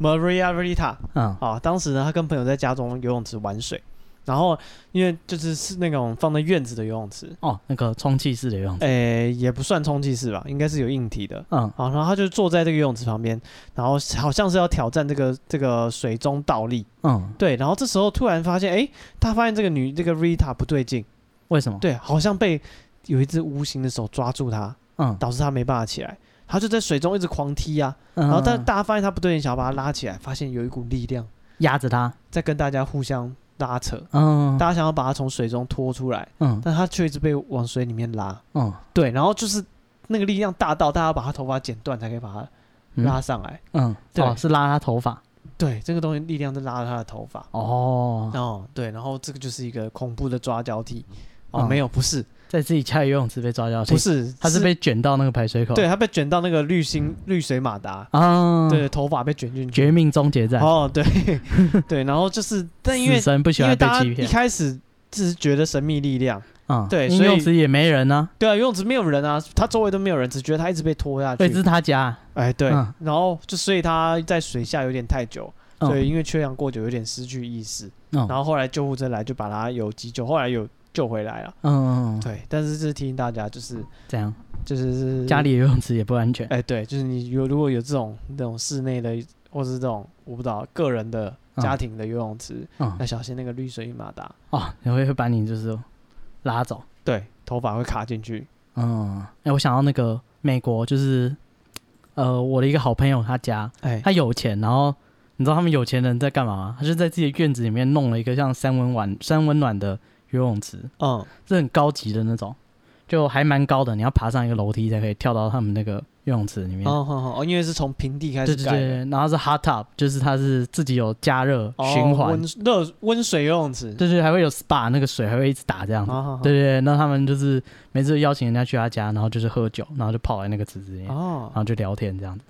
[SPEAKER 1] Maria Rita
[SPEAKER 2] 嗯
[SPEAKER 1] 啊、当时呢，她跟朋友在家中游泳池玩水，然后因为就是是那种放在院子的游泳池，
[SPEAKER 2] 哦，那个充气式的游泳池，
[SPEAKER 1] 诶、也不算充气式吧，应该是有硬体的。
[SPEAKER 2] 嗯
[SPEAKER 1] 好，然后她就坐在这个游泳池旁边，然后好像是要挑战这个这个水中倒立，
[SPEAKER 2] 嗯，
[SPEAKER 1] 对，然后这时候突然发现，诶，她发现这个女这个 Rita 不对劲，
[SPEAKER 2] 为什么？
[SPEAKER 1] 对，好像被有一只无形的手抓住她，
[SPEAKER 2] 嗯，
[SPEAKER 1] 导致他没办法起来。他就在水中一直狂踢啊，
[SPEAKER 2] 然
[SPEAKER 1] 然后但大家发现他不对劲，想要把他拉起来，发现有一股力量
[SPEAKER 2] 压着他，
[SPEAKER 1] 在跟大家互相拉扯，
[SPEAKER 2] 嗯
[SPEAKER 1] 大家想要把他从水中拖出来，
[SPEAKER 2] 嗯
[SPEAKER 1] 但他却一直被往水里面拉。
[SPEAKER 2] 嗯，
[SPEAKER 1] 对，然后就是那个力量大到大家把他头发剪断才可以把他
[SPEAKER 2] 嗯
[SPEAKER 1] 拉上来。
[SPEAKER 2] 嗯，
[SPEAKER 1] 对
[SPEAKER 2] 哦，是拉他头发
[SPEAKER 1] 对，这个东西力量在拉着他的头发。
[SPEAKER 2] 哦，
[SPEAKER 1] 哦，对，然后这个就是一个恐怖的抓交替。哦，
[SPEAKER 2] 嗯
[SPEAKER 1] 没有，不是，
[SPEAKER 2] 在自己家里游泳池被抓到，
[SPEAKER 1] 不是，
[SPEAKER 2] 他是被嗯卷到那个排水口。
[SPEAKER 1] 对他被卷到那个绿星绿水马达，
[SPEAKER 2] 啊，
[SPEAKER 1] 对，，头发被卷进去。
[SPEAKER 2] 绝命终结战，
[SPEAKER 1] 哦，对 [LAUGHS] 对，然后就是，但因为
[SPEAKER 2] 死神不喜
[SPEAKER 1] 因为
[SPEAKER 2] 欢被
[SPEAKER 1] 大家
[SPEAKER 2] 欺
[SPEAKER 1] 一
[SPEAKER 2] 骗，
[SPEAKER 1] 开始只是觉得神秘力量，
[SPEAKER 2] 啊，
[SPEAKER 1] 对
[SPEAKER 2] 因
[SPEAKER 1] 所
[SPEAKER 2] 为
[SPEAKER 1] 以
[SPEAKER 2] 游泳池也没人呢，
[SPEAKER 1] 对啊，游泳池没有人啊，他周围都没有人，只觉得他一直被拖下
[SPEAKER 2] 对，这
[SPEAKER 1] 去
[SPEAKER 2] 是。他家，
[SPEAKER 1] 哎，对，
[SPEAKER 2] 嗯
[SPEAKER 1] 然后就所以他在水下有点太久，所以
[SPEAKER 2] 嗯
[SPEAKER 1] 因为缺氧过久有点失去意识，然
[SPEAKER 2] 嗯
[SPEAKER 1] 后后来救护车来就把他有急救，后来有救回来了。
[SPEAKER 2] 嗯，
[SPEAKER 1] 对，但是这是提醒大家，就是
[SPEAKER 2] 这样
[SPEAKER 1] 就是
[SPEAKER 2] 家，里游泳池也不安全，
[SPEAKER 1] 哎，对，就是你有如果有这种这种室内的或是这种我不知道个人的
[SPEAKER 2] 嗯
[SPEAKER 1] 家庭的游泳池，
[SPEAKER 2] 嗯
[SPEAKER 1] 那小心那个绿水马达，
[SPEAKER 2] 哦，然后会把你就是拉走，
[SPEAKER 1] 对，头发会卡进去。
[SPEAKER 2] 嗯，哎，我想到那个美国就是，呃，我的一个好朋友他家，
[SPEAKER 1] 哎，
[SPEAKER 2] 他有钱，然后你知道他们有钱人在干嘛吗？他就在自己的院子里面弄了一个像三温暖三温暖的游泳池，
[SPEAKER 1] 嗯，
[SPEAKER 2] 是很高级的那种，就还蛮高的，你要爬上一个楼梯才可以跳到他们那个游泳池里面。
[SPEAKER 1] 哦，好好，哦因为是从平地开
[SPEAKER 2] 对
[SPEAKER 1] 始
[SPEAKER 2] 对
[SPEAKER 1] 盖
[SPEAKER 2] 对
[SPEAKER 1] 的，，
[SPEAKER 2] 然后是 hot tub，就是它是自己有加热
[SPEAKER 1] 哦
[SPEAKER 2] 循环
[SPEAKER 1] 温，热温水游泳池，哦
[SPEAKER 2] 对对，还会有 spa，那个水还会一直打这样子。
[SPEAKER 1] 好好好
[SPEAKER 2] 对对对，那他们就是每次邀请人家去他家，然后就是喝酒，然后就泡在那个池子里面，
[SPEAKER 1] 哦
[SPEAKER 2] 然，后就聊天这样子，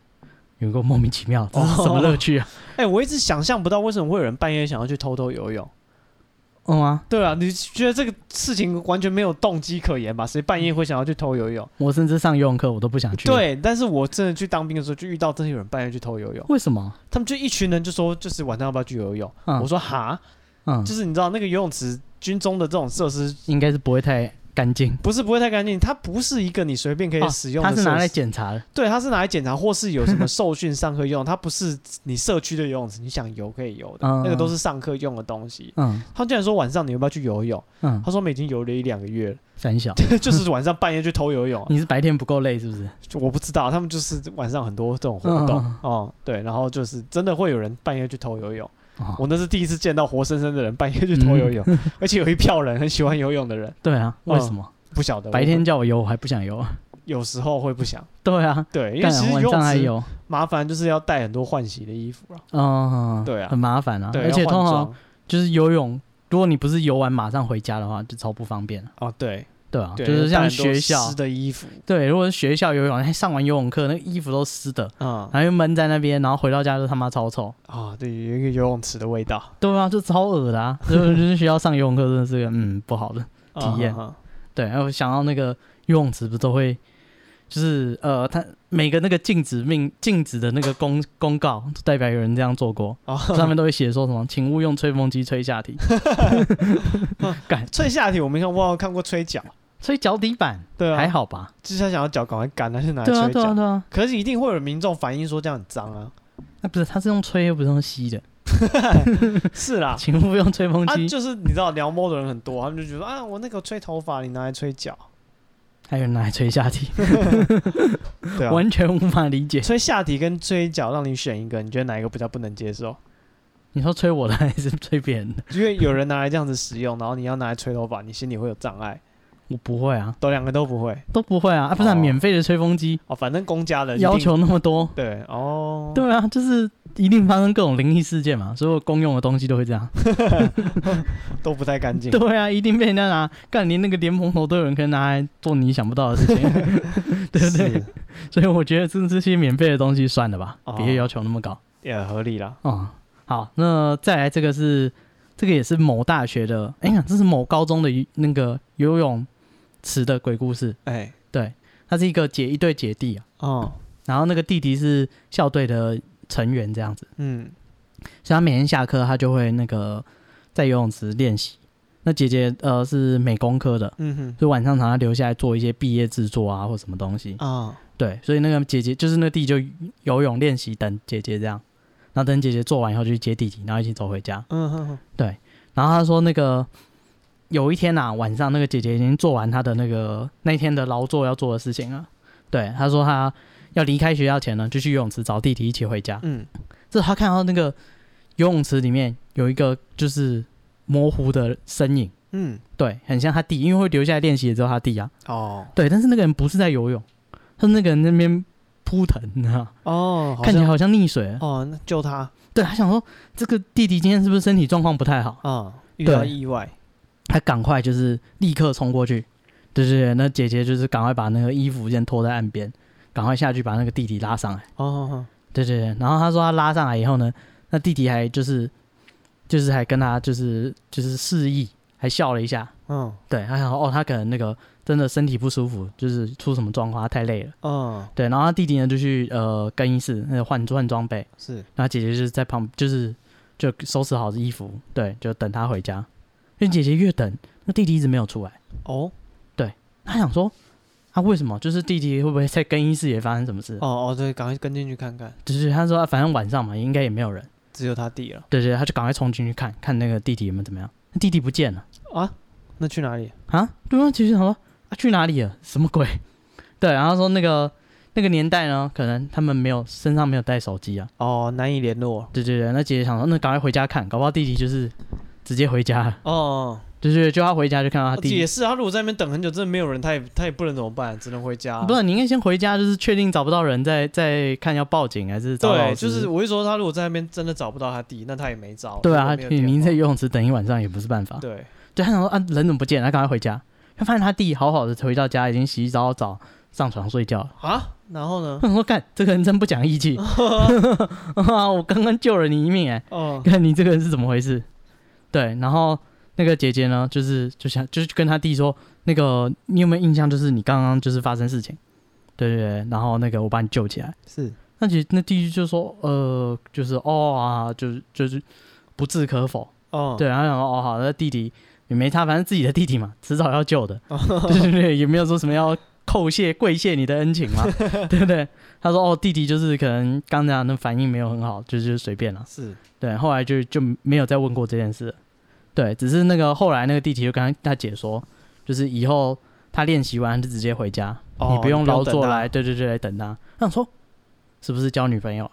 [SPEAKER 2] 有个莫名其妙，这是什么乐趣
[SPEAKER 1] [LAUGHS]
[SPEAKER 2] 啊？
[SPEAKER 1] 哎，我一直想象不到为什么会有人半夜想要去偷偷游泳。
[SPEAKER 2] 嗯啊，
[SPEAKER 1] 对啊，你觉得这个事情完全没有动机可言吧？谁半夜会想要去偷游泳？
[SPEAKER 2] 我甚至上游泳课我都不想去。，
[SPEAKER 1] 对，但是我真的去当兵的时候，就遇到真的有人半夜去偷游泳，
[SPEAKER 2] 为什么？
[SPEAKER 1] 他们就一群人就说，就是晚上要不要去游泳？
[SPEAKER 2] 嗯
[SPEAKER 1] 我说哈，
[SPEAKER 2] 嗯，
[SPEAKER 1] 就是你知道那个游泳池军中的这种设施，
[SPEAKER 2] 应该是不会太干净，
[SPEAKER 1] 不是不会太干净，它不是一个你随便可以
[SPEAKER 2] 哦
[SPEAKER 1] 使用的
[SPEAKER 2] 它
[SPEAKER 1] 设
[SPEAKER 2] 是
[SPEAKER 1] 施。
[SPEAKER 2] 拿来检查的。
[SPEAKER 1] 对，它是拿来检查或是有什么受训上课
[SPEAKER 2] [LAUGHS]
[SPEAKER 1] 用，它不是你社区的游泳池，你想游可以游的，
[SPEAKER 2] 嗯
[SPEAKER 1] 那个都是上课用的东西。
[SPEAKER 2] 嗯
[SPEAKER 1] 他竟然说晚上你要不要去游泳？
[SPEAKER 2] 嗯，
[SPEAKER 1] 他说我们已经游了一两个月了， [LAUGHS]
[SPEAKER 2] 三小，
[SPEAKER 1] 就是晚上半夜去偷游泳。
[SPEAKER 2] 你是白天不够累是不是？
[SPEAKER 1] 就我不知道，他们就是晚上很多这种活动
[SPEAKER 2] 嗯
[SPEAKER 1] 哦、对，然后就是真的会有人半夜去偷游泳。
[SPEAKER 2] 哦
[SPEAKER 1] 我那是第一次见到活生生的人半夜去偷游泳，
[SPEAKER 2] 嗯 [LAUGHS]
[SPEAKER 1] 而且有一票人很喜欢游泳的人，
[SPEAKER 2] 对啊，
[SPEAKER 1] 嗯
[SPEAKER 2] 为什么？
[SPEAKER 1] 不晓得
[SPEAKER 2] 白
[SPEAKER 1] 我
[SPEAKER 2] 天叫我游，我还不想游。 [LAUGHS]
[SPEAKER 1] 有时候会不想。
[SPEAKER 2] 对啊，
[SPEAKER 1] 对，因为
[SPEAKER 2] 干
[SPEAKER 1] 其实游
[SPEAKER 2] 晚
[SPEAKER 1] 泳
[SPEAKER 2] 上还
[SPEAKER 1] 池
[SPEAKER 2] 游，
[SPEAKER 1] 麻烦就是要带很多换洗的衣服啊，
[SPEAKER 2] 嗯，
[SPEAKER 1] 对啊
[SPEAKER 2] 很麻烦啊。
[SPEAKER 1] 对，
[SPEAKER 2] 而且
[SPEAKER 1] 要
[SPEAKER 2] 通
[SPEAKER 1] 换
[SPEAKER 2] 常
[SPEAKER 1] 装
[SPEAKER 2] 就是游泳，如果你不是游完马上回家的话，就超不方便了。
[SPEAKER 1] 哦，对，
[SPEAKER 2] 对啊，
[SPEAKER 1] 对
[SPEAKER 2] 就是像
[SPEAKER 1] 带很多
[SPEAKER 2] 学校
[SPEAKER 1] 湿，的衣服
[SPEAKER 2] 对，如果是学校游泳，哎上完游泳课那衣服都湿的，
[SPEAKER 1] 啊
[SPEAKER 2] 然后又闷在那边，然后回到家就他妈超臭。
[SPEAKER 1] 啊，对，有一个游泳池的味道
[SPEAKER 2] 对啊，就超恶
[SPEAKER 1] [LAUGHS]
[SPEAKER 2] 的啊！就是就是学校上游泳课真的是个嗯不好的。
[SPEAKER 1] 啊
[SPEAKER 2] 体验
[SPEAKER 1] 啊
[SPEAKER 2] 对，然后想到那个游泳池不是都会，就是呃，它每个那个禁止命禁止的那个公公告，都代表有人这样做过，
[SPEAKER 1] 啊
[SPEAKER 2] 上面都会写说什么，请勿用吹风机
[SPEAKER 1] [LAUGHS]
[SPEAKER 2] 吹下体、
[SPEAKER 1] 吹下体，我没看，我好像看过吹脚，
[SPEAKER 2] 吹脚底板，
[SPEAKER 1] 对啊，
[SPEAKER 2] 还，好吧？
[SPEAKER 1] 就是他想要脚赶快干，他就拿来
[SPEAKER 2] 对啊，
[SPEAKER 1] 吹
[SPEAKER 2] 对啊，
[SPEAKER 1] 脚。
[SPEAKER 2] 对啊。
[SPEAKER 1] 可是一定会有民众反映说这样很脏
[SPEAKER 2] [LAUGHS]
[SPEAKER 1] 啊，
[SPEAKER 2] 那、不是，它是用吹又不是用吸的，
[SPEAKER 1] 是
[SPEAKER 2] [LAUGHS]
[SPEAKER 1] 啦，
[SPEAKER 2] 请勿用吹风
[SPEAKER 1] 啊，
[SPEAKER 2] 机，
[SPEAKER 1] 就是你知道撩猫的人很多，他们就觉得啊，我那个吹头发，你拿来吹脚，
[SPEAKER 2] 还有人拿来吹下体，
[SPEAKER 1] 对啊，
[SPEAKER 2] 完全无法理解。
[SPEAKER 1] 吹下体跟吹脚让你选一个，你觉得哪一个比较不能接受？
[SPEAKER 2] 你说吹我的 [LAUGHS] 还是吹别人的？
[SPEAKER 1] 因为有人拿来这样子使用，然后你要拿来吹头发，你心里会有障碍。
[SPEAKER 2] 我不会啊，
[SPEAKER 1] 都两个都不会
[SPEAKER 2] 都不会啊，啊不是、啊
[SPEAKER 1] 哦
[SPEAKER 2] 免费的吹风机
[SPEAKER 1] 哦，反正公家的一定
[SPEAKER 2] 要求那么多，
[SPEAKER 1] 对哦，
[SPEAKER 2] 对啊，就是一定发生各种灵异事件嘛，所有公用的东西都会这样。
[SPEAKER 1] 都不太干净。
[SPEAKER 2] 对啊，一定被人家拿，干连那个莲蓬头都有人可以拿来做你想不到的
[SPEAKER 1] [LAUGHS]
[SPEAKER 2] 事情，对不对？
[SPEAKER 1] 是，
[SPEAKER 2] 所以我觉得这这些免费的东西算了吧，
[SPEAKER 1] 哦
[SPEAKER 2] 别要求那么高
[SPEAKER 1] 也合理啦。
[SPEAKER 2] 哦、好，那再来这个是这个也是某大学的，哎呀，这是某高中的一那个游泳池的鬼故事。
[SPEAKER 1] 哎，
[SPEAKER 2] 它是一个姐一对姐弟啊，
[SPEAKER 1] 哦，
[SPEAKER 2] 然后那个弟弟是校队的成员这样子。
[SPEAKER 1] 嗯，
[SPEAKER 2] 所以他每天下课他就会那个在游泳池练习。那姐姐呃是美工科的，
[SPEAKER 1] 嗯哼，
[SPEAKER 2] 所以晚上常常留下来做一些毕业制作啊或什么东西。
[SPEAKER 1] 啊，
[SPEAKER 2] 对，所以那个姐姐就是那个弟就游泳练习等姐姐这样，然后等姐姐做完以后就去接弟弟，然后一起走回家。
[SPEAKER 1] 嗯哼哼，
[SPEAKER 2] 然后他说那个有一天呐、晚上那个姐姐已经做完她的那个那天的劳作要做的事情了。对，他说他要离开学校前呢，就去游泳池找弟弟一起回家。
[SPEAKER 1] 嗯，
[SPEAKER 2] 这他看到那个游泳池里面有一个就是模糊的身影，
[SPEAKER 1] 嗯，
[SPEAKER 2] 对，很像他弟，因为会留下来练习的只有他弟啊。
[SPEAKER 1] 哦，
[SPEAKER 2] 对，但是那个人不是在游泳，他是那个人在那边扑腾，你知道吗，
[SPEAKER 1] 哦，好
[SPEAKER 2] 看起来
[SPEAKER 1] 像
[SPEAKER 2] 好像溺水了。
[SPEAKER 1] 哦，那救他
[SPEAKER 2] 对他想说，这个弟弟今天是不是身体状况不太好？
[SPEAKER 1] 啊，遇到
[SPEAKER 2] 对
[SPEAKER 1] 意外，
[SPEAKER 2] 他赶快就是立刻冲过去，对对对，那姐姐就是赶快把那个衣服先拖在岸边，赶快下去把那个弟弟拉上来。
[SPEAKER 1] 哦哦，
[SPEAKER 2] 对对对，然后他说他拉上来以后呢，那弟弟还就是就是还跟他就是就是示意，还笑了一下。
[SPEAKER 1] 哦
[SPEAKER 2] 对，他想说哦，他可能那个真的身体不舒服，就是出什么状况，他太累了。
[SPEAKER 1] 嗯，哦，
[SPEAKER 2] 对，然后他弟弟呢就去呃更衣室那个换换装备，
[SPEAKER 1] 是，
[SPEAKER 2] 然后姐姐就是在旁就是就收拾好衣服，对，就等他回家。因为姐姐越等，那弟弟一直没有出来。
[SPEAKER 1] 哦，
[SPEAKER 2] 他想说，他、为什么？就是弟弟会不会在更衣室也发生什么事？
[SPEAKER 1] 哦哦，对，赶快跟进去看看，
[SPEAKER 2] 就是他说、啊反正晚上嘛，应该也没有人。
[SPEAKER 1] 只有他弟了
[SPEAKER 2] 对对，他就赶快冲进去看看那个弟弟有没有怎么样。那弟弟不见了
[SPEAKER 1] 啊，那去哪里？
[SPEAKER 2] 啊！对方其实想说啊，去哪里了？什么鬼？ [LAUGHS] 对，然后说那个那个年代呢，可能他们没有身上没有带手机啊。
[SPEAKER 1] 哦，难以联络，
[SPEAKER 2] 对对对，那姐姐想说，那赶快回家看，搞不好弟弟就是直接回家了。
[SPEAKER 1] 哦，
[SPEAKER 2] 对对，对就他回家就看到他弟
[SPEAKER 1] 也
[SPEAKER 2] 弟。
[SPEAKER 1] 是，他如果在那边等很久，真的没有人，他也他也不能怎么办，只能回家。
[SPEAKER 2] 不是，你应该先回家，就是确定找不到人，再再看要报警还是找老
[SPEAKER 1] 对，
[SPEAKER 2] 师
[SPEAKER 1] 就是我一说他如果在那边真的找不到他弟，那他也没招。
[SPEAKER 2] 对啊，
[SPEAKER 1] 如果没有
[SPEAKER 2] 你你
[SPEAKER 1] 电话
[SPEAKER 2] 在游泳池等一晚上也不是办法。
[SPEAKER 1] 对
[SPEAKER 2] 对，他想说啊，人怎么不见了？他赶快回家，他发现他弟好好的回到家，已经洗洗澡澡，上床睡觉了。
[SPEAKER 1] 啊，然后呢 [LAUGHS]
[SPEAKER 2] 他？想说，干这个人真不讲义气 [LAUGHS] 啊！我刚刚救了你一命哎、
[SPEAKER 1] 哦
[SPEAKER 2] 看你这个人是怎么回事？对，然后那个姐姐呢，就是就想就是跟他弟说，那个你有没有印象？就是你刚刚就是发生事情，对对对，然后那个我把你救起来。
[SPEAKER 1] 是
[SPEAKER 2] 那姐那弟就说，呃，就是哦啊，就是就是不置可否。
[SPEAKER 1] 哦，
[SPEAKER 2] 对，然后想说哦好，那弟弟也没差，反正自己的弟弟嘛，迟早要救的，
[SPEAKER 1] 哦
[SPEAKER 2] [LAUGHS] 对对对，也没有说什么要叩谢跪谢你的恩情
[SPEAKER 1] [LAUGHS]
[SPEAKER 2] 嘛，对不对？他说哦，弟弟就是可能刚才那反应没有很好，就是就是随便了，
[SPEAKER 1] 是
[SPEAKER 2] 对，后来就就没有再问过这件事了，对，只是那个后来那个弟弟就跟他他姐说，就是以后他练习完就直接回家，
[SPEAKER 1] 哦
[SPEAKER 2] 你不用
[SPEAKER 1] 你不用
[SPEAKER 2] 劳作
[SPEAKER 1] 等他 [LAUGHS]
[SPEAKER 2] 来，对对对，来等他。他想说是不是交女朋友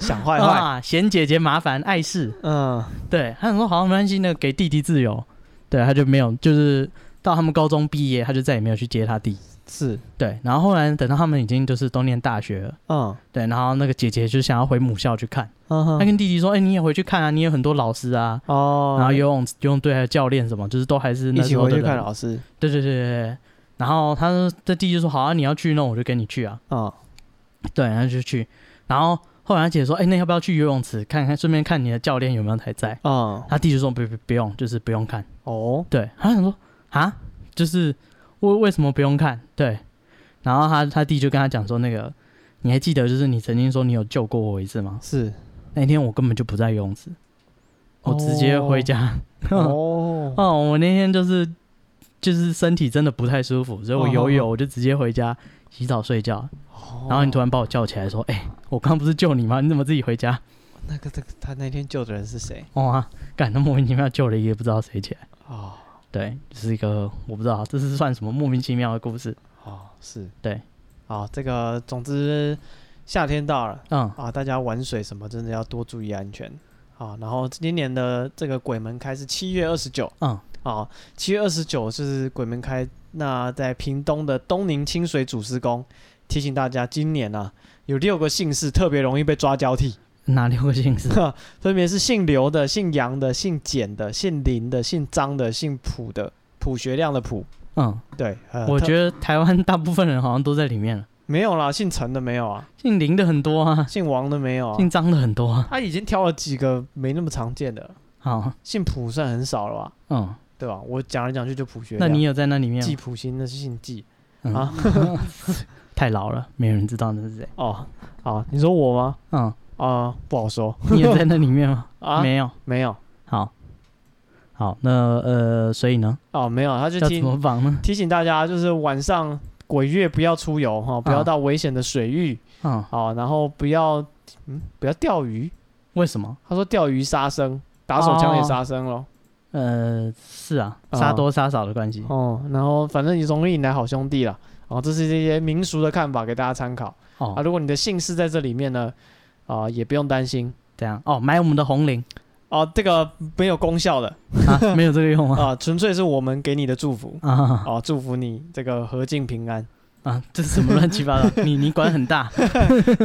[SPEAKER 1] 想坏坏，
[SPEAKER 2] 啊？嫌姐姐麻烦碍事。
[SPEAKER 1] 嗯
[SPEAKER 2] 对，他想说好像没关系，那个给弟弟自由。对，他就没有，就是到他们高中毕业，他就再也没有去接他弟。
[SPEAKER 1] 是，
[SPEAKER 2] 对，然后后来等到他们已经就是都念大学了，
[SPEAKER 1] 嗯，
[SPEAKER 2] 对，然后那个姐姐就想要回母校去看，
[SPEAKER 1] 嗯哼，
[SPEAKER 2] 她跟弟弟说：“哎、你也回去看啊，你有很多老师啊，
[SPEAKER 1] 哦，
[SPEAKER 2] 然后游泳游泳队还有教练什么，就是都还是
[SPEAKER 1] 一
[SPEAKER 2] 那
[SPEAKER 1] 起
[SPEAKER 2] 时候
[SPEAKER 1] 回
[SPEAKER 2] 的
[SPEAKER 1] 去
[SPEAKER 2] 人
[SPEAKER 1] 看啊老师，
[SPEAKER 2] 对对对对对。然后他说，这弟就说：“好啊，你要去，那我就跟你去啊。
[SPEAKER 1] 嗯，”
[SPEAKER 2] 对，然后就去。然后后来他姐说：“哎、那要不要去游泳池看看，顺便看你的教练有没有还在
[SPEAKER 1] 嗯？”，
[SPEAKER 2] 他弟就说：“不不不用，就是不用看。
[SPEAKER 1] 哦”，
[SPEAKER 2] 对，他想说：“啊，就是为为什么不用看？”对。然后他他弟就跟他讲说：“那个，你还记得就是你曾经说你有救过我一次吗？
[SPEAKER 1] 是，
[SPEAKER 2] 那天我根本就不在游泳池，我直接回家。
[SPEAKER 1] [LAUGHS]
[SPEAKER 2] [LAUGHS]
[SPEAKER 1] 哦，
[SPEAKER 2] 哦，我那天就是就是身体真的不太舒服，所以我游一游我就直接回家洗澡睡觉。
[SPEAKER 1] 哦
[SPEAKER 2] 然后你突然把我叫起来说：“哎、我刚不是救你吗？你怎么自己回家
[SPEAKER 1] 那个这个他那天救的人是谁？？”
[SPEAKER 2] 哇、哦啊，干，他莫名其妙救了一个不知道谁起来。
[SPEAKER 1] 哦，
[SPEAKER 2] 对，就是一个我不知道这是算什么莫名其妙的故事。
[SPEAKER 1] 哦，是，
[SPEAKER 2] 对，
[SPEAKER 1] 好，这个总之夏天到了
[SPEAKER 2] 嗯，
[SPEAKER 1] 啊，大家玩水什么真的要多注意安全啊。然后今年的这个鬼门开是七月二十九，
[SPEAKER 2] 嗯，
[SPEAKER 1] 啊，七月二十九是鬼门开，那在屏东的东宁清水祖师宫，提醒大家，今年啊有六个姓氏特别容易被抓交替，
[SPEAKER 2] 哪六个姓氏？
[SPEAKER 1] 分别是姓刘的、姓杨的、姓简的、姓林的、姓张的、姓朴的，朴学亮的朴。
[SPEAKER 2] 嗯，
[SPEAKER 1] 对，呃
[SPEAKER 2] 我
[SPEAKER 1] 特
[SPEAKER 2] 觉得台湾大部分人好像都在里面了。
[SPEAKER 1] 没有啦，姓陈的没有啊，
[SPEAKER 2] 姓林的很多啊，
[SPEAKER 1] 姓王的没有啊，
[SPEAKER 2] 姓张的很多啊。
[SPEAKER 1] 他已经挑了几个没那么常见的了，
[SPEAKER 2] 好，
[SPEAKER 1] 姓朴算很少了啊吧，
[SPEAKER 2] 嗯，
[SPEAKER 1] 对吧？我讲来讲去就朴学
[SPEAKER 2] 那
[SPEAKER 1] 亮，
[SPEAKER 2] 你有在那里面
[SPEAKER 1] 季
[SPEAKER 2] 吗？
[SPEAKER 1] 朴新那是姓季
[SPEAKER 2] 嗯 [LAUGHS]
[SPEAKER 1] 啊，
[SPEAKER 2] 太老了，没有人知道那是谁。
[SPEAKER 1] 哦，好，你说我吗？
[SPEAKER 2] 嗯，
[SPEAKER 1] 啊、不好说
[SPEAKER 2] 你有在那里面吗？ [LAUGHS]
[SPEAKER 1] 啊，
[SPEAKER 2] 没有。
[SPEAKER 1] 没有
[SPEAKER 2] 好，好，那呃，所以呢，
[SPEAKER 1] 哦，没有，他就
[SPEAKER 2] 要
[SPEAKER 1] 提
[SPEAKER 2] 怎么防呢？
[SPEAKER 1] 提醒大家，就是晚上鬼月不要出游哈、不要
[SPEAKER 2] 啊
[SPEAKER 1] 到危险的水域
[SPEAKER 2] 嗯，
[SPEAKER 1] 哦，然后不要嗯不要钓鱼，
[SPEAKER 2] 为什么？
[SPEAKER 1] 他说钓鱼杀生，打手
[SPEAKER 2] 哦
[SPEAKER 1] 枪也杀生咯。
[SPEAKER 2] 呃，是啊，
[SPEAKER 1] 啊
[SPEAKER 2] 杀多杀少的关系。
[SPEAKER 1] 哦，然后反正你容易引来好兄弟啦。哦，这是这些民俗的看法，给大家参考啊。
[SPEAKER 2] 哦，
[SPEAKER 1] 如果你的姓氏在这里面呢，啊、也不用担心
[SPEAKER 2] 这样哦，买我们的红绫
[SPEAKER 1] 哦，这个没有功效的
[SPEAKER 2] [LAUGHS] 啊，没有这个用吗？
[SPEAKER 1] 啊，纯粹是我们给你的祝福
[SPEAKER 2] 啊
[SPEAKER 1] 哦，祝福你这个和敬平安。 [LAUGHS]
[SPEAKER 2] 啊，这是什么乱七八 [LAUGHS] 糟？你你管很大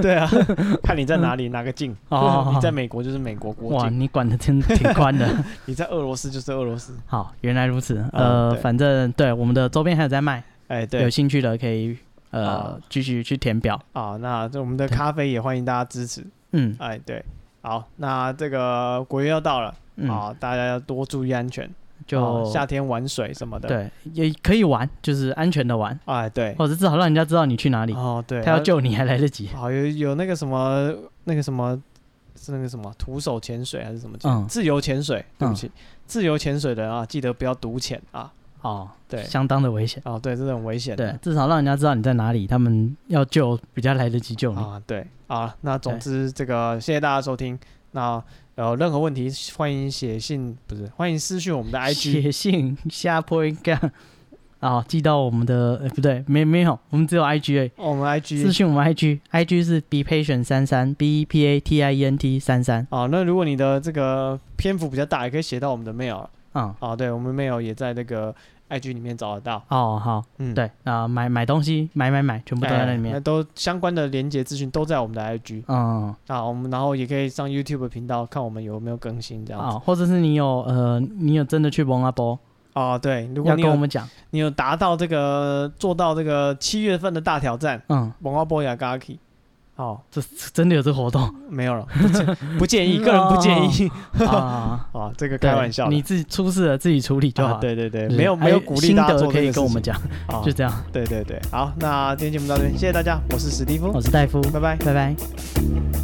[SPEAKER 1] 对
[SPEAKER 2] [LAUGHS]
[SPEAKER 1] 啊，看你在哪里，哪个境。
[SPEAKER 2] 哦
[SPEAKER 1] 你在美国就是美国国
[SPEAKER 2] 哇，
[SPEAKER 1] 境，
[SPEAKER 2] 你管的真挺宽
[SPEAKER 1] [LAUGHS]
[SPEAKER 2] 的。
[SPEAKER 1] 你在俄罗斯就是俄罗斯。
[SPEAKER 2] 好，原来如此。
[SPEAKER 1] 嗯
[SPEAKER 2] 呃，
[SPEAKER 1] 对
[SPEAKER 2] 反正对我们的周边还有在卖，
[SPEAKER 1] 哎，
[SPEAKER 2] 有
[SPEAKER 1] 对
[SPEAKER 2] 兴趣的可以呃
[SPEAKER 1] 啊
[SPEAKER 2] 继续去填表。
[SPEAKER 1] 啊，那这我们的咖啡也欢迎大家支持。
[SPEAKER 2] 嗯
[SPEAKER 1] 哎，对，好，那这个国月要到了
[SPEAKER 2] 嗯，
[SPEAKER 1] 啊，大家要多注意安全，
[SPEAKER 2] 就
[SPEAKER 1] 啊夏天玩水什么的。，
[SPEAKER 2] 对也可以玩，就是安全的玩，
[SPEAKER 1] 哎，对，
[SPEAKER 2] 或者至少让人家知道你去哪里。
[SPEAKER 1] 哦，对，
[SPEAKER 2] 他要救你还来得及。
[SPEAKER 1] 好，有有那个什么，那个什么，是那个什么徒手潜水还是什么？
[SPEAKER 2] 嗯
[SPEAKER 1] 自由潜水，对不起，自由潜水的人啊，记得不要独潜啊。
[SPEAKER 2] 哦，
[SPEAKER 1] 对
[SPEAKER 2] 相当的危险。
[SPEAKER 1] 哦，对，这很危险的。
[SPEAKER 2] 对，至少让人家知道你在哪里，他们要救比较来得及救你。
[SPEAKER 1] 啊，对啊，那总
[SPEAKER 2] 对
[SPEAKER 1] 之这个谢谢大家收听。那呃，任何问题欢迎写信，不是欢迎私讯我们的 IG
[SPEAKER 2] 写信下坡应该啊，寄到我们的、呃、不对，没没有，我们只有 IG 而已。
[SPEAKER 1] 哦，我们
[SPEAKER 2] 私
[SPEAKER 1] IG
[SPEAKER 2] 讯我们 IG，IG 是 be patient 三三 b e p a t i e n t 三三。
[SPEAKER 1] 啊。那如果你的这个篇幅比较大，也可以写到我们的 mail
[SPEAKER 2] 嗯，
[SPEAKER 1] 啊。对，我们 mail 也在那个 IG 里面找得到。
[SPEAKER 2] 哦好，
[SPEAKER 1] 嗯，哎，
[SPEAKER 2] 对，那、买买东西，买买买，全部都在那里面。
[SPEAKER 1] 那都相关的连接资讯都在我们的 IG
[SPEAKER 2] 嗯，
[SPEAKER 1] 啊。我们然后也可以上 YouTube 频道看我们有没有更新这样子
[SPEAKER 2] 啊，或者是你有呃，你有真的去蒙阿波，
[SPEAKER 1] 啊。对，如果
[SPEAKER 2] 要
[SPEAKER 1] 你
[SPEAKER 2] 跟我
[SPEAKER 1] 有
[SPEAKER 2] 们讲，
[SPEAKER 1] 你有达到这个做到这个七月份的大挑战，
[SPEAKER 2] 嗯，
[SPEAKER 1] 蒙阿波雅嘎 k 哦，
[SPEAKER 2] 这这真的有这
[SPEAKER 1] [LAUGHS]
[SPEAKER 2] 活动
[SPEAKER 1] 没有了，不建不
[SPEAKER 2] [LAUGHS]
[SPEAKER 1] 建议，个人不建议
[SPEAKER 2] 啊。
[SPEAKER 1] [LAUGHS] 啊，这个
[SPEAKER 2] 对
[SPEAKER 1] 开玩笑的，
[SPEAKER 2] 你自己出事了自己处理就好。
[SPEAKER 1] 啊，对对对，
[SPEAKER 2] 就是，
[SPEAKER 1] 没有
[SPEAKER 2] 还
[SPEAKER 1] 没有鼓励
[SPEAKER 2] 心
[SPEAKER 1] 大家
[SPEAKER 2] 得
[SPEAKER 1] 做
[SPEAKER 2] 可
[SPEAKER 1] 这
[SPEAKER 2] 以
[SPEAKER 1] 个
[SPEAKER 2] 跟我们
[SPEAKER 1] 事情
[SPEAKER 2] 讲，
[SPEAKER 1] 啊
[SPEAKER 2] 就，这样。
[SPEAKER 1] 对对对，好，那今天节目到这边，谢谢大家，我是史蒂夫
[SPEAKER 2] 我，是戴夫，
[SPEAKER 1] 拜拜。
[SPEAKER 2] 拜拜。